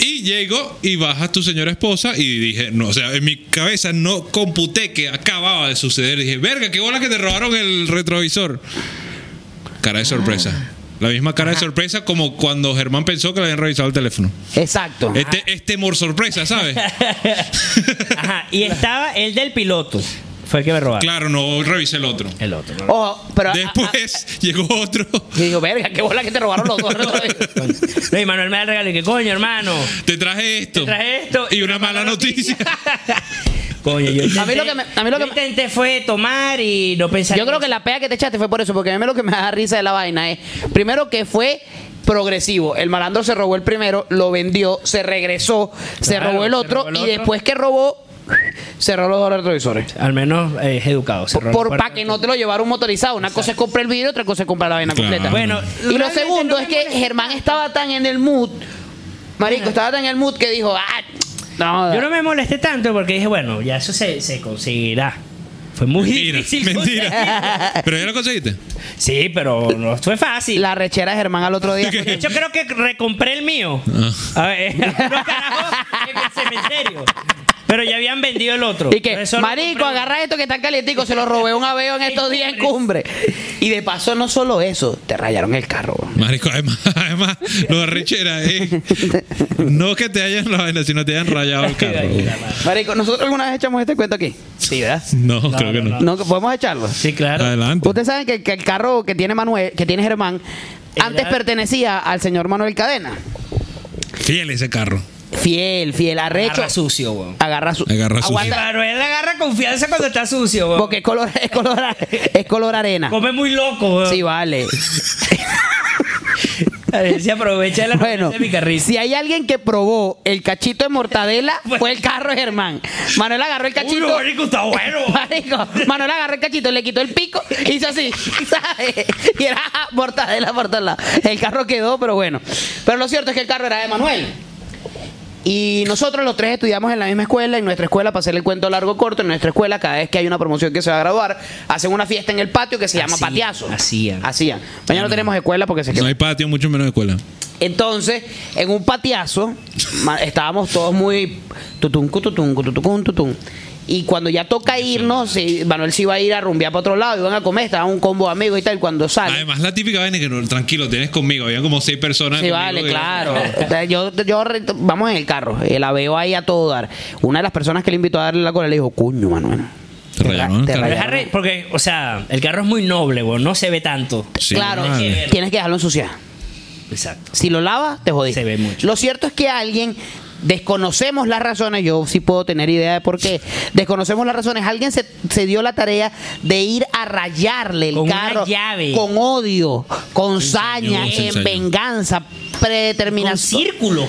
Speaker 5: Y llego y baja tu señora esposa y dije, no, o sea, en mi cabeza no computé que acababa de suceder. Dije, verga, qué bola que te robaron el retrovisor. Cara de sorpresa. La misma cara de sorpresa como cuando Germán pensó que le habían revisado el teléfono.
Speaker 4: Exacto.
Speaker 5: Este, es temor sorpresa, ¿sabes?
Speaker 3: Ajá, y estaba el del piloto. Fue el que me robaron.
Speaker 5: claro, no revisé el otro.
Speaker 3: El otro. ¿no?
Speaker 4: Ojo, pero. a- a-
Speaker 5: Después llegó otro.
Speaker 4: y digo, verga, qué bola que te robaron los dos retrovisores.
Speaker 3: No, y Manuel me da el regalo y que coño, hermano.
Speaker 5: Te traje esto.
Speaker 3: Te traje esto
Speaker 5: Y una mala noticia.
Speaker 3: Coño, yo intenté,
Speaker 4: A mí lo que me- a mí lo
Speaker 3: yo
Speaker 4: que me-
Speaker 3: intenté fue tomar y no pensar.
Speaker 4: Yo creo que la pega que te echaste fue por eso, porque a mí lo que me da risa de la vaina es, primero que fue progresivo, el malandro se robó el primero, lo vendió, se regresó, se
Speaker 3: Claro,
Speaker 4: robó el
Speaker 3: se
Speaker 4: otro
Speaker 3: robó el
Speaker 4: y
Speaker 3: otro.
Speaker 4: después que robó, cerró los dos retrovisores.
Speaker 3: Al menos eh, es educado. se
Speaker 4: Por,
Speaker 3: robó la
Speaker 4: para
Speaker 3: puerta.
Speaker 4: que no te lo llevara un motorizado, una cosa es comprar el vidrio, otra cosa es comprar la vaina
Speaker 5: Claro.
Speaker 4: completa.
Speaker 3: Bueno,
Speaker 4: y lo
Speaker 3: realmente
Speaker 4: segundo
Speaker 3: no
Speaker 4: es
Speaker 3: me
Speaker 4: que
Speaker 3: molesta.
Speaker 4: Germán estaba tan en el mood, marico, estaba tan en el mood que dijo, ah, no,
Speaker 3: Yo no me molesté tanto porque dije, bueno, ya eso se, se conseguirá. Fue muy
Speaker 5: Mentira,
Speaker 3: difícil.
Speaker 5: mentira. Pero ya lo conseguiste.
Speaker 3: conseguir. Sí, pero no fue fácil.
Speaker 4: la rechera de Germán al otro día. fue
Speaker 3: De
Speaker 4: que-
Speaker 3: hecho, creo que recompré el mío.
Speaker 5: Ah.
Speaker 3: A ver, no, carajo, en el cementerio. Pero ya habían vendido el otro.
Speaker 4: Y que,
Speaker 3: Entonces, solo
Speaker 4: marico,
Speaker 3: compraron-
Speaker 4: agarra esto que está calientico, se lo robé a un aveo en estos días en cumbre. Y de paso, no solo eso, te rayaron el carro. bro.
Speaker 5: Marico, además, además lo arrechera es. No que te hayan la vaina, sino te hayan rayado el carro.
Speaker 3: Ay,
Speaker 5: güey.
Speaker 3: la madre.
Speaker 4: Marico, ¿nosotros alguna vez echamos este cuento aquí? Sí, ¿verdad?
Speaker 5: No, creo que no.
Speaker 4: No, ¿Podemos echarlo?
Speaker 3: Sí, claro.
Speaker 5: Adelante.
Speaker 4: Ustedes saben que, que el carro que tiene Manuel, que tiene Germán,
Speaker 3: Era-
Speaker 4: antes pertenecía al señor Manuel Cadena.
Speaker 5: Fiel ese carro.
Speaker 4: Fiel, fiel, arrecho.
Speaker 3: Agarra sucio, weón.
Speaker 4: Agarra su.
Speaker 5: Agarra sucio.
Speaker 3: Y
Speaker 4: Aguanta,
Speaker 3: Manuel agarra confianza cuando está sucio, weón.
Speaker 4: porque es color, es color, es color arena.
Speaker 3: Come muy loco, weón.
Speaker 4: Sí, vale.
Speaker 3: A ver, se aprovecha de la
Speaker 4: Bueno,
Speaker 3: de mi carrizo.
Speaker 4: si hay alguien que probó el cachito de mortadela, fue el carro de Germán. Manuel agarró el
Speaker 3: Uy,
Speaker 4: cachito.
Speaker 3: marico, está bueno.
Speaker 4: Marico, Manuel agarró el cachito, le quitó el pico, hizo así, ¿sabes? Y era ah, mortadela, mortadela. El carro quedó, pero bueno. Pero lo cierto es que el carro era de Manuel. Y nosotros los tres estudiamos en la misma escuela, en nuestra escuela, para hacer el cuento largo corto, en nuestra escuela cada vez que hay una promoción que se va a graduar, hacen una fiesta en el patio que se llama
Speaker 3: Hacían,
Speaker 4: pateazo.
Speaker 3: hacían.
Speaker 4: Hacían. Mañana no tenemos escuela porque se quedó.
Speaker 5: No hay patio, mucho menos escuela.
Speaker 4: Entonces, en un pateazo, ma- estábamos todos muy tutun, tutun, tutun, tutun. Y cuando ya toca irnos, sí, Manuel se iba a ir a rumbear para otro lado, iban a comer, estaba un combo de amigos y tal. Cuando sale,
Speaker 5: Además, la típica vaina es que no, tranquilo, tienes conmigo. Habían como seis personas.
Speaker 4: Sí,
Speaker 5: conmigo
Speaker 4: vale,
Speaker 5: y-
Speaker 4: claro. O sea, Yo, yo re- vamos en el carro, eh, la veo ahí a todo dar. Una de las personas que le invitó a darle la cola le dijo, cuño, Manuel.
Speaker 5: Te
Speaker 4: ra-
Speaker 5: rayaron, te
Speaker 3: Pero es
Speaker 5: rayaron.
Speaker 3: arre- porque, o sea, el carro es muy noble, weón. No se ve tanto.
Speaker 5: Sí,
Speaker 4: claro,
Speaker 5: vale.
Speaker 4: tienes que dejarlo ensuciar.
Speaker 3: Exacto.
Speaker 4: Si lo lavas, te jodiste.
Speaker 3: Se ve mucho.
Speaker 4: Lo cierto es que alguien, desconocemos las razones, yo sí puedo tener idea de por qué, desconocemos las razones, alguien se, se dio la tarea de ir a rayarle el
Speaker 3: Con una
Speaker 4: carro
Speaker 3: llave.
Speaker 4: con odio, con saña,
Speaker 5: señor, sí,
Speaker 4: en
Speaker 5: señor.
Speaker 4: venganza,
Speaker 3: Con
Speaker 4: predeterminación.
Speaker 3: círculos.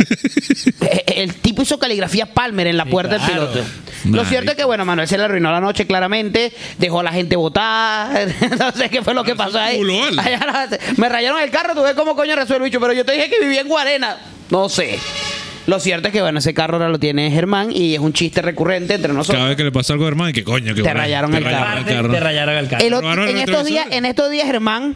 Speaker 4: Eh, eh, El tipo hizo caligrafía Palmer en la puerta
Speaker 3: claro.
Speaker 4: del piloto. Lo
Speaker 5: Marico.
Speaker 4: cierto es que, bueno, Manuel se le arruinó la noche claramente, dejó a la gente botada, no sé qué fue lo que pasó ahí.
Speaker 5: Ah, culo, vale.
Speaker 4: Allá la- Me rayaron el carro, tú ves cómo coño resuelve bicho, pero yo te dije que vivía en Guarena. No sé. Lo cierto es que, bueno, ese carro ahora lo tiene Germán y es un chiste recurrente entre nosotros.
Speaker 5: Cada vez que le pasa algo a Germán, que coño, que
Speaker 4: Te rayaron el carro.
Speaker 3: Aparte, te rayaron el carro.
Speaker 4: El otro-
Speaker 5: robaron
Speaker 4: en,
Speaker 5: el
Speaker 4: estos días,
Speaker 5: retrovisor.
Speaker 4: en estos días, Germán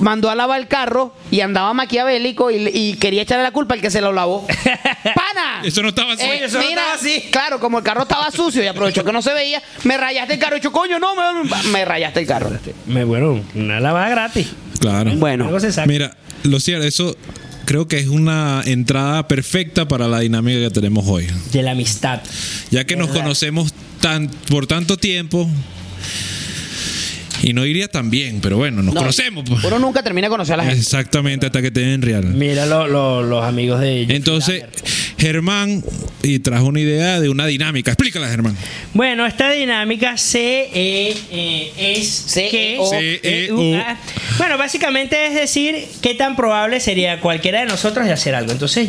Speaker 4: mandó a lavar el carro y andaba maquiavélico y, y quería echarle la culpa al que se lo lavó. ¡Pana!
Speaker 5: Eso no estaba así.
Speaker 4: Eh,
Speaker 3: eso no
Speaker 4: mira,
Speaker 3: estaba así.
Speaker 4: Claro, como el carro estaba sucio y aprovechó que no se veía, me rayaste el carro. Y yo, coño, no, me, me rayaste el carro.
Speaker 3: Me, bueno, una lavada gratis.
Speaker 5: Claro.
Speaker 4: Bueno,
Speaker 3: Algo se saca.
Speaker 5: Mira, lo cierto, eso creo que es una entrada perfecta para la dinámica que tenemos hoy.
Speaker 3: De la amistad.
Speaker 5: Ya que nos conocemos tan, por tanto tiempo. Y no iría tan bien, pero bueno, nos
Speaker 4: No,
Speaker 5: conocemos. pues.
Speaker 4: Uno nunca termina de conocer a la gente.
Speaker 5: Exactamente, hasta que te den real.
Speaker 3: Mira lo- lo- los amigos de ellos.
Speaker 5: Entonces, Germán y trajo una idea de una dinámica. Explícala, Germán.
Speaker 3: Bueno, esta dinámica se eh, eh, es
Speaker 4: Se-
Speaker 3: que
Speaker 4: o-
Speaker 5: Se-
Speaker 3: eh,
Speaker 5: eh,
Speaker 3: uh,
Speaker 5: o-
Speaker 3: ah, bueno, básicamente es decir qué tan probable sería cualquiera de nosotros de hacer algo. Entonces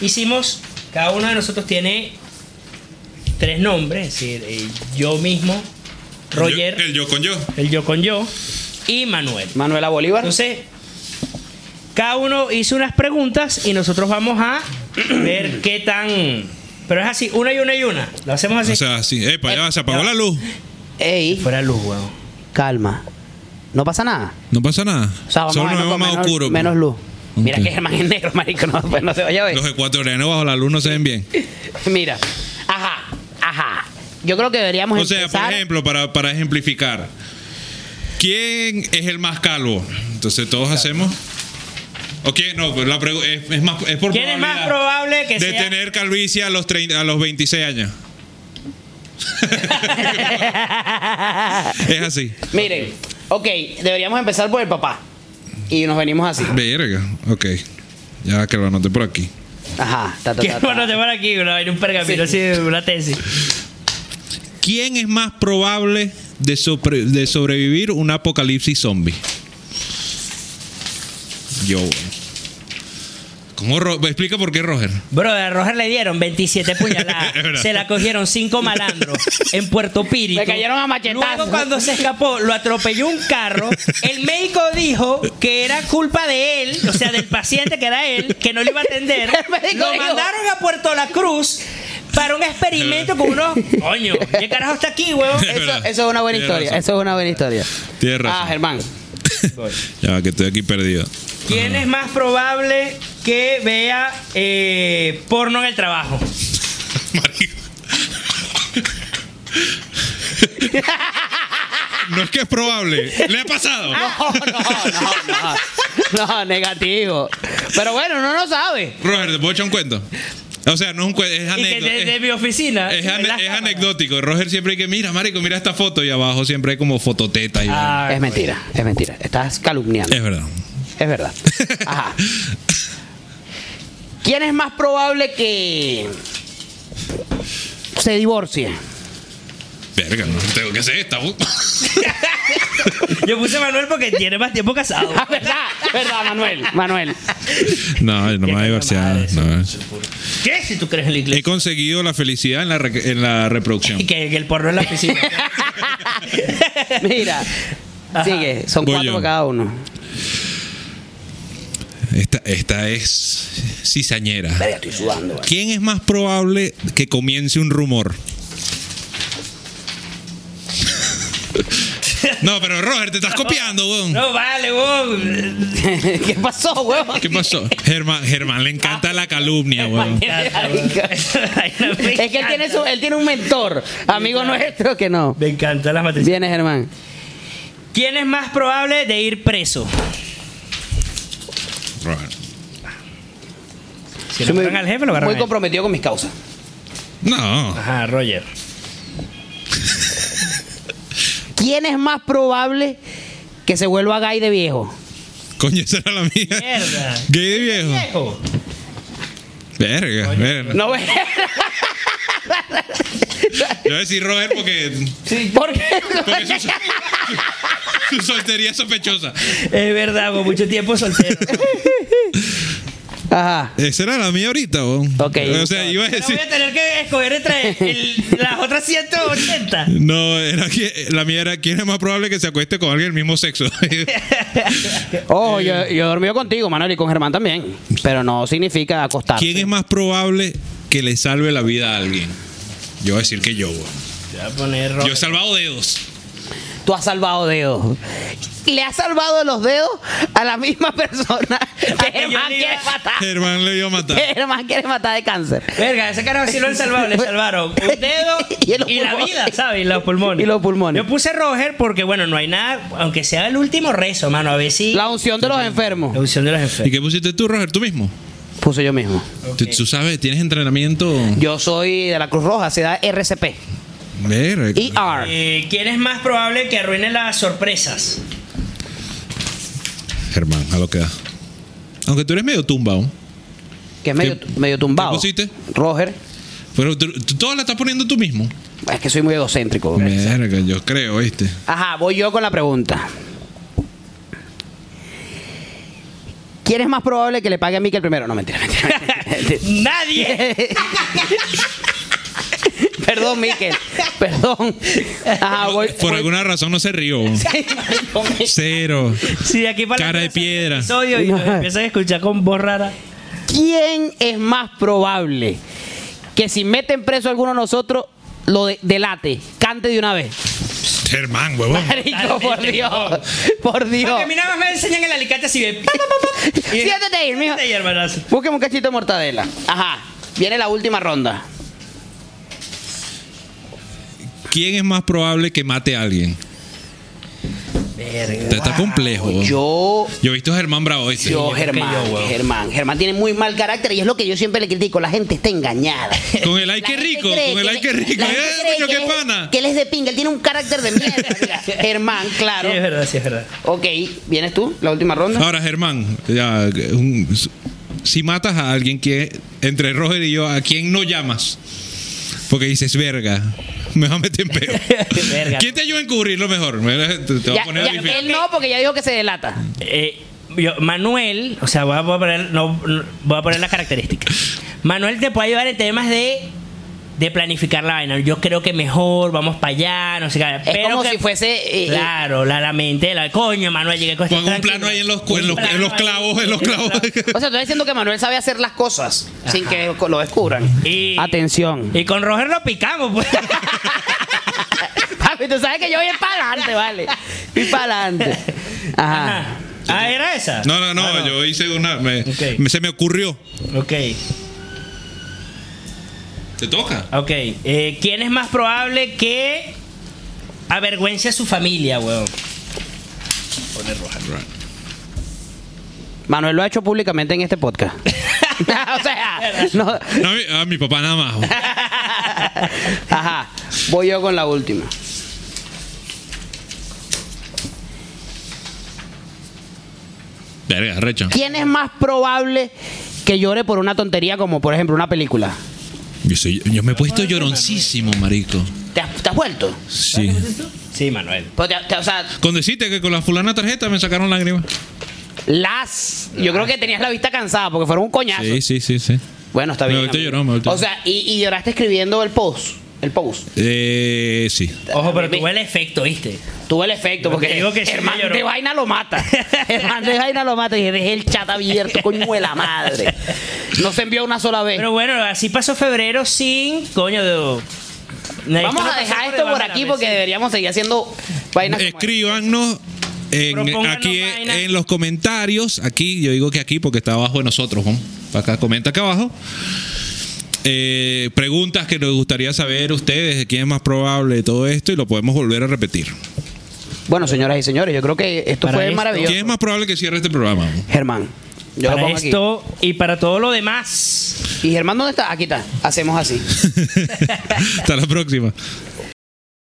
Speaker 3: hicimos cada uno de nosotros tiene tres nombres, es decir, eh, yo mismo, Roger,
Speaker 5: El yo con yo.
Speaker 3: el yo con yo y Manuel.
Speaker 4: Manuela Bolívar.
Speaker 3: Entonces, cada uno hizo unas preguntas y nosotros vamos a ver qué tan. Pero es así, una y una y una. Lo hacemos así.
Speaker 5: O sea, sí. Epa, ya se
Speaker 4: Eh,
Speaker 5: apagó la luz.
Speaker 4: Ey,
Speaker 3: Fuera luz, weón.
Speaker 4: calma. No pasa nada.
Speaker 5: No pasa nada.
Speaker 4: O sea, vamos
Speaker 5: Solo
Speaker 4: a
Speaker 5: nos
Speaker 4: vernos
Speaker 5: vemos
Speaker 4: con
Speaker 5: más
Speaker 4: menos,
Speaker 5: oscuro. pues.
Speaker 4: menos luz. Mira
Speaker 5: Ok.
Speaker 4: que Germán es negro, marico. No, pues no se vaya a ver.
Speaker 5: Los ecuatorianos bajo la luz no se ven bien.
Speaker 4: Mira. Ajá, ajá. Yo creo que deberíamos
Speaker 5: O sea,
Speaker 4: empezar.
Speaker 5: por ejemplo, para, para ejemplificar, ¿quién es el más calvo? Entonces todos hacemos. ¿O quién? No, pero la pregu- es, es más, es por
Speaker 3: ¿Quién es más
Speaker 5: probabilidad
Speaker 3: probable que
Speaker 5: de
Speaker 3: sea?
Speaker 5: tener calvicie a los, 30 a los 26 años. es así.
Speaker 4: Miren, ok, deberíamos empezar por el papá. Y nos venimos así.
Speaker 5: Verga, ok. Ya que lo anoté por aquí.
Speaker 4: Ajá, ta, ta,
Speaker 3: ¿Qué
Speaker 4: ta, ta.
Speaker 3: bueno te van aquí? Una, vaina, un pergamino
Speaker 4: Sí.
Speaker 3: así, una tesis.
Speaker 5: ¿Quién es más probable de, sobre- de sobrevivir un apocalipsis zombie? Yo, güey. ¿Cómo Ro- Explica por qué, Roger.
Speaker 3: Bro, a Roger le dieron 27 puñaladas.
Speaker 5: Es verdad.
Speaker 3: se la cogieron cinco malandros en Puerto Píritu.
Speaker 4: Le cayeron a machetazos.
Speaker 3: Luego, cuando se escapó, lo atropelló un carro. El médico dijo que era culpa de él, o sea, del paciente que era él, que no le iba a atender.
Speaker 4: El médico
Speaker 3: Lo
Speaker 4: dijo-
Speaker 3: mandaron a Puerto La Cruz para un experimento con unos. Coño, ¿qué carajo está aquí, huevón?
Speaker 5: Es
Speaker 4: Eso,
Speaker 5: verdad.
Speaker 4: eso es una buena
Speaker 5: Tienes
Speaker 4: historia.
Speaker 5: razón.
Speaker 4: Eso es una buena historia.
Speaker 5: Tienes
Speaker 4: Ah,
Speaker 5: razón.
Speaker 4: Germán.
Speaker 5: Ya va, que estoy aquí perdido.
Speaker 3: ¿Quién es más probable que vea eh, porno en el trabajo?
Speaker 5: Marico. No es que es probable. Le ha pasado.
Speaker 3: Ah.
Speaker 4: No, no, no, no. No, negativo. Pero bueno, uno no sabe.
Speaker 5: Roger, ¿te puedo echar un cuento? O sea, no es un cuento, es
Speaker 3: Y que
Speaker 5: anécdota.
Speaker 3: de, de
Speaker 5: es-
Speaker 3: mi oficina.
Speaker 5: Es,
Speaker 3: de
Speaker 5: ane-
Speaker 3: las
Speaker 5: es
Speaker 3: cámaras.
Speaker 5: anecdótico. Roger siempre dice, mira, marico, mira esta foto. Y abajo siempre hay como fototeta. Y
Speaker 3: Ah,
Speaker 4: es mentira, es mentira. Estás calumniando.
Speaker 5: Es verdad.
Speaker 4: Es verdad. Ajá. ¿Quién es más probable que se divorcie?
Speaker 5: Verga, no tengo que hacer esta. bu-
Speaker 3: Yo puse Manuel porque tiene más tiempo casado.
Speaker 4: Ah, verdad, verdad, Manuel. Manuel.
Speaker 5: no, yo no me voy a divorciar. no.
Speaker 3: ¿Qué si tú crees en la
Speaker 5: He
Speaker 3: iglesia?
Speaker 5: conseguido la felicidad en la, re- en la reproducción.
Speaker 3: Y que, que el porno en la oficina.
Speaker 4: Mira.
Speaker 3: Ajá.
Speaker 4: Sigue, son
Speaker 5: Voy
Speaker 4: cuatro
Speaker 5: yo.
Speaker 4: cada uno.
Speaker 5: Esta, esta es cizañera.
Speaker 4: Verga, estoy sudando. vale.
Speaker 5: ¿Quién es más probable que comience un rumor? No, pero Roger, te estás copiando, weón.
Speaker 3: No vale, vos.
Speaker 4: ¿Qué pasó, huevón?
Speaker 5: ¿Qué pasó? Germán, Germán le encanta la calumnia, weón.
Speaker 4: Es que él tiene, su- él tiene un mentor, amigo nuestro que no.
Speaker 3: Me encantan las matrices.
Speaker 4: Viene, Germán.
Speaker 3: ¿Quién es más probable de ir preso?
Speaker 5: Roger.
Speaker 3: Si lo agarran al jefe, lo agarran
Speaker 4: muy
Speaker 3: a él.
Speaker 4: comprometido con mis causas.
Speaker 5: No.
Speaker 3: Ajá, Roger.
Speaker 4: ¿Quién es más probable que se vuelva gay de viejo?
Speaker 5: Coño, esa era la mía.
Speaker 3: Mierda.
Speaker 5: Gay de viejo.
Speaker 3: Viejo.
Speaker 5: Verga, verga.
Speaker 4: No, ve-
Speaker 5: Yo voy a decir Roger porque,
Speaker 4: ¿por qué?
Speaker 5: porque su, su- su soltería es sospechosa.
Speaker 3: Es verdad, por mucho tiempo soltero.
Speaker 4: Ajá.
Speaker 5: Esa era la mía ahorita, weón.
Speaker 4: Ok.
Speaker 5: O sea, iba a
Speaker 3: Pero voy
Speaker 5: decir.
Speaker 3: a tener que escoger entre el- las otras 180.
Speaker 5: No, era que- la mía era quién es más probable que se acueste con alguien del mismo sexo.
Speaker 4: Ah, Oh, yo, yo he dormido contigo, Manuel, y con Germán también. Pero no significa acostarse.
Speaker 5: ¿Quién es más probable que le salve la vida a alguien? Yo voy a decir que yo, weón.
Speaker 3: Voy a poner
Speaker 5: Yo he salvado dedos.
Speaker 4: Tú has salvado dedos. Le has salvado los dedos a la misma persona que
Speaker 3: que yo
Speaker 4: Germán
Speaker 3: le
Speaker 4: quiere
Speaker 3: iba-
Speaker 4: matar.
Speaker 5: Germán le iba a
Speaker 4: Que
Speaker 5: matar.
Speaker 4: Germán quiere matar de cáncer.
Speaker 3: Verga, ese carajo sí lo han salvado. Le salvaron un dedo
Speaker 4: Y los
Speaker 3: y, la
Speaker 4: pulmones.
Speaker 3: vida, ¿sabes? Y los pulmones.
Speaker 4: Y los pulmones.
Speaker 3: Yo puse Roger porque, bueno, no hay nada, aunque sea el último rezo, mano. A ver si.
Speaker 4: La unción de los enfermos.
Speaker 3: La unción de los
Speaker 5: ¿Y
Speaker 3: enfermos.
Speaker 5: qué pusiste tú, Roger? ¿Tú mismo?
Speaker 4: Puse yo mismo.
Speaker 5: ¿Tú, tú sabes? ¿Tienes entrenamiento?
Speaker 4: Yo soy de la Cruz Roja, se da RCP.
Speaker 5: Verga.
Speaker 4: ER.
Speaker 3: Eh, ¿Quién es más probable que arruine las sorpresas?
Speaker 5: Germán, a lo que da. Aunque tú eres medio tumbao.
Speaker 4: Que es medio,
Speaker 5: ¿Qué-
Speaker 4: medio tumbado.
Speaker 5: qué pusiste?
Speaker 4: Roger.
Speaker 5: Pero tú, tú todas la estás poniendo tú mismo.
Speaker 4: Es que soy muy egocéntrico.
Speaker 5: Verga, yo creo, ¿viste?
Speaker 4: Ajá, voy yo con la pregunta. ¿Quién es más probable que le pague a mí que el primero? No, mentira, mentira. mentira.
Speaker 3: ¡Nadie!
Speaker 4: Perdón, Miquel. Perdón. Ajá, Ah, voy.
Speaker 5: Por
Speaker 4: voy-
Speaker 5: alguna razón no se rió. Cero.
Speaker 3: Sí, de aquí para
Speaker 5: Cara de
Speaker 3: adelante sale
Speaker 5: piedra.
Speaker 3: el Episodio y nos empiezan a escuchar con voz rara.
Speaker 4: ¿Quién es más probable que si meten preso a alguno de nosotros lo de- delate? Cante de una vez.
Speaker 5: Germán, huevón.
Speaker 4: Marico, por Dios. Por Dios.
Speaker 3: Porque a mí nada más me enseñan el alicate así de.
Speaker 4: Siéntate ahí, mijo.
Speaker 3: Siéntate ahí, hermanazo.
Speaker 4: Búsqueme un cachito de mortadela. Ajá. Viene la última ronda.
Speaker 5: ¿Quién es más probable que mate a alguien?
Speaker 3: Verga.
Speaker 5: Está, está complejo. huevón. Yo,
Speaker 4: Yo
Speaker 5: he visto a Germán Bravo, ¿viste?
Speaker 4: Yo,
Speaker 3: creo que
Speaker 4: Germán,
Speaker 3: yo, weón.
Speaker 4: Germán, Germán tiene muy mal carácter y es lo que yo siempre le critico. La gente está engañada.
Speaker 5: Con el ay
Speaker 4: La
Speaker 5: que
Speaker 4: gente
Speaker 5: rico,
Speaker 4: cree
Speaker 5: con el
Speaker 4: que
Speaker 5: ay que
Speaker 4: le-
Speaker 5: rico.
Speaker 4: la gente
Speaker 5: Eh,
Speaker 4: cree
Speaker 5: coño,
Speaker 4: que
Speaker 5: qué
Speaker 4: es-
Speaker 5: pana.
Speaker 4: Que él es de pinga, él tiene un carácter de mierda. mira. Germán, claro.
Speaker 3: Sí, es verdad, sí, es verdad.
Speaker 4: Ok, ¿vienes tú? La última ronda.
Speaker 5: Ahora, Germán, ya, un- si matas a alguien, que entre Roger y yo, ¿a quién no llamas? Porque dices, verga, me va a meter en peo.
Speaker 3: Verga.
Speaker 5: ¿Quién te ayuda a encubrirlo mejor? Me- Te, te voy a
Speaker 4: Ya-
Speaker 5: poner
Speaker 4: ya-
Speaker 5: difícil.
Speaker 4: él no, porque ya dijo que se delata.
Speaker 3: Eh, yo- Manuel, o sea, voy a, voy a poner, no, no, voy a poner las características. Manuel te puede ayudar en temas de, de planificar la vaina. Yo creo que mejor, vamos para allá, no sé qué.
Speaker 4: Es
Speaker 3: pero
Speaker 4: como
Speaker 3: que-
Speaker 4: si fuese. eh, eh,
Speaker 3: Claro, la, la mente, la coño, Manuel, llegué con este
Speaker 5: Pon un
Speaker 3: tranquilo.
Speaker 5: plano ahí en los, cu-
Speaker 3: Un
Speaker 5: en los, en
Speaker 3: plano
Speaker 5: los
Speaker 3: ahí.
Speaker 5: clavos, en los clavos.
Speaker 4: O sea, estoy diciendo que Manuel sabe hacer las cosas sin que lo descubran.
Speaker 3: Y-
Speaker 4: Atención.
Speaker 3: Y con Roger lo picamos, pues.
Speaker 4: Papi, tú sabes que yo voy para adelante, vale. Voy para adelante. Ajá.
Speaker 3: Ajá. Ah, era esa.
Speaker 5: No, no, no,
Speaker 3: Ah,
Speaker 5: yo hice una. me-
Speaker 3: Ok.
Speaker 5: me- se me ocurrió.
Speaker 3: Ok.
Speaker 5: Te toca.
Speaker 3: Ok. eh, ¿Quién es más probable que avergüence a su familia, weón? Pone roja.
Speaker 4: Manuel lo ha hecho públicamente en este podcast. o sea, no-
Speaker 5: No, a, mi, a mi papá nada más. güey.
Speaker 4: Ajá. Voy yo con la última.
Speaker 5: Verga, recho.
Speaker 4: ¿Quién es más probable que llore por una tontería como, por ejemplo, una película?
Speaker 5: Yo, soy- yo me he puesto lloroncísimo, marico.
Speaker 4: ¿Te has, te has vuelto?
Speaker 5: Sí.
Speaker 3: Sí, Manuel.
Speaker 4: Pues te- te- o sea,
Speaker 5: Con decirte que con la fulana tarjeta me sacaron lágrimas.
Speaker 4: las. Yo creo que tenías la vista cansada porque fueron un coñazo.
Speaker 5: Sí, sí, sí, sí.
Speaker 4: Bueno, está
Speaker 5: Me
Speaker 4: bien.
Speaker 5: volteé
Speaker 4: amigo.
Speaker 5: llorando, me volteé
Speaker 4: O sea, y, y lloraste escribiendo el post. El post.
Speaker 5: Eh, sí.
Speaker 3: Ojo, pero
Speaker 4: Me-
Speaker 3: tuvo el efecto, ¿viste?
Speaker 4: Tuve el efecto
Speaker 3: Yo
Speaker 4: porque
Speaker 3: te digo que sí,
Speaker 4: Germán
Speaker 3: lloró.
Speaker 4: de vaina lo mata. Germán de vaina lo mata. Y dije, dejé el chat abierto, coño de la madre. No se envió una sola vez.
Speaker 3: Pero bueno, así pasó febrero sin, coño, de... Nadie
Speaker 4: Vamos
Speaker 3: quiere
Speaker 4: a
Speaker 3: pasar
Speaker 4: dejar esto
Speaker 3: debajo
Speaker 4: por
Speaker 3: de la
Speaker 4: aquí
Speaker 3: mesa.
Speaker 4: porque deberíamos seguir haciendo vainas. como
Speaker 5: Escríbanos en,
Speaker 3: Propónganos
Speaker 5: aquí en,
Speaker 3: vainas.
Speaker 5: los comentarios. Aquí, yo digo que aquí porque está abajo de nosotros. ¿no? Acá comenta acá abajo. Eh, preguntas que nos gustaría saber ustedes de quién es más probable de todo esto y lo podemos volver a repetir.
Speaker 4: Bueno, señoras y señores, yo creo que esto
Speaker 3: Para
Speaker 4: fue
Speaker 3: esto-
Speaker 4: maravilloso.
Speaker 5: ¿Quién es más probable que cierre este programa?
Speaker 4: Germán. Yo lo
Speaker 3: para
Speaker 4: pongo
Speaker 3: esto y para todo lo demás.
Speaker 4: aquí. ¿Y Germán dónde está? Aquí está. Hacemos así.
Speaker 5: Hasta la próxima.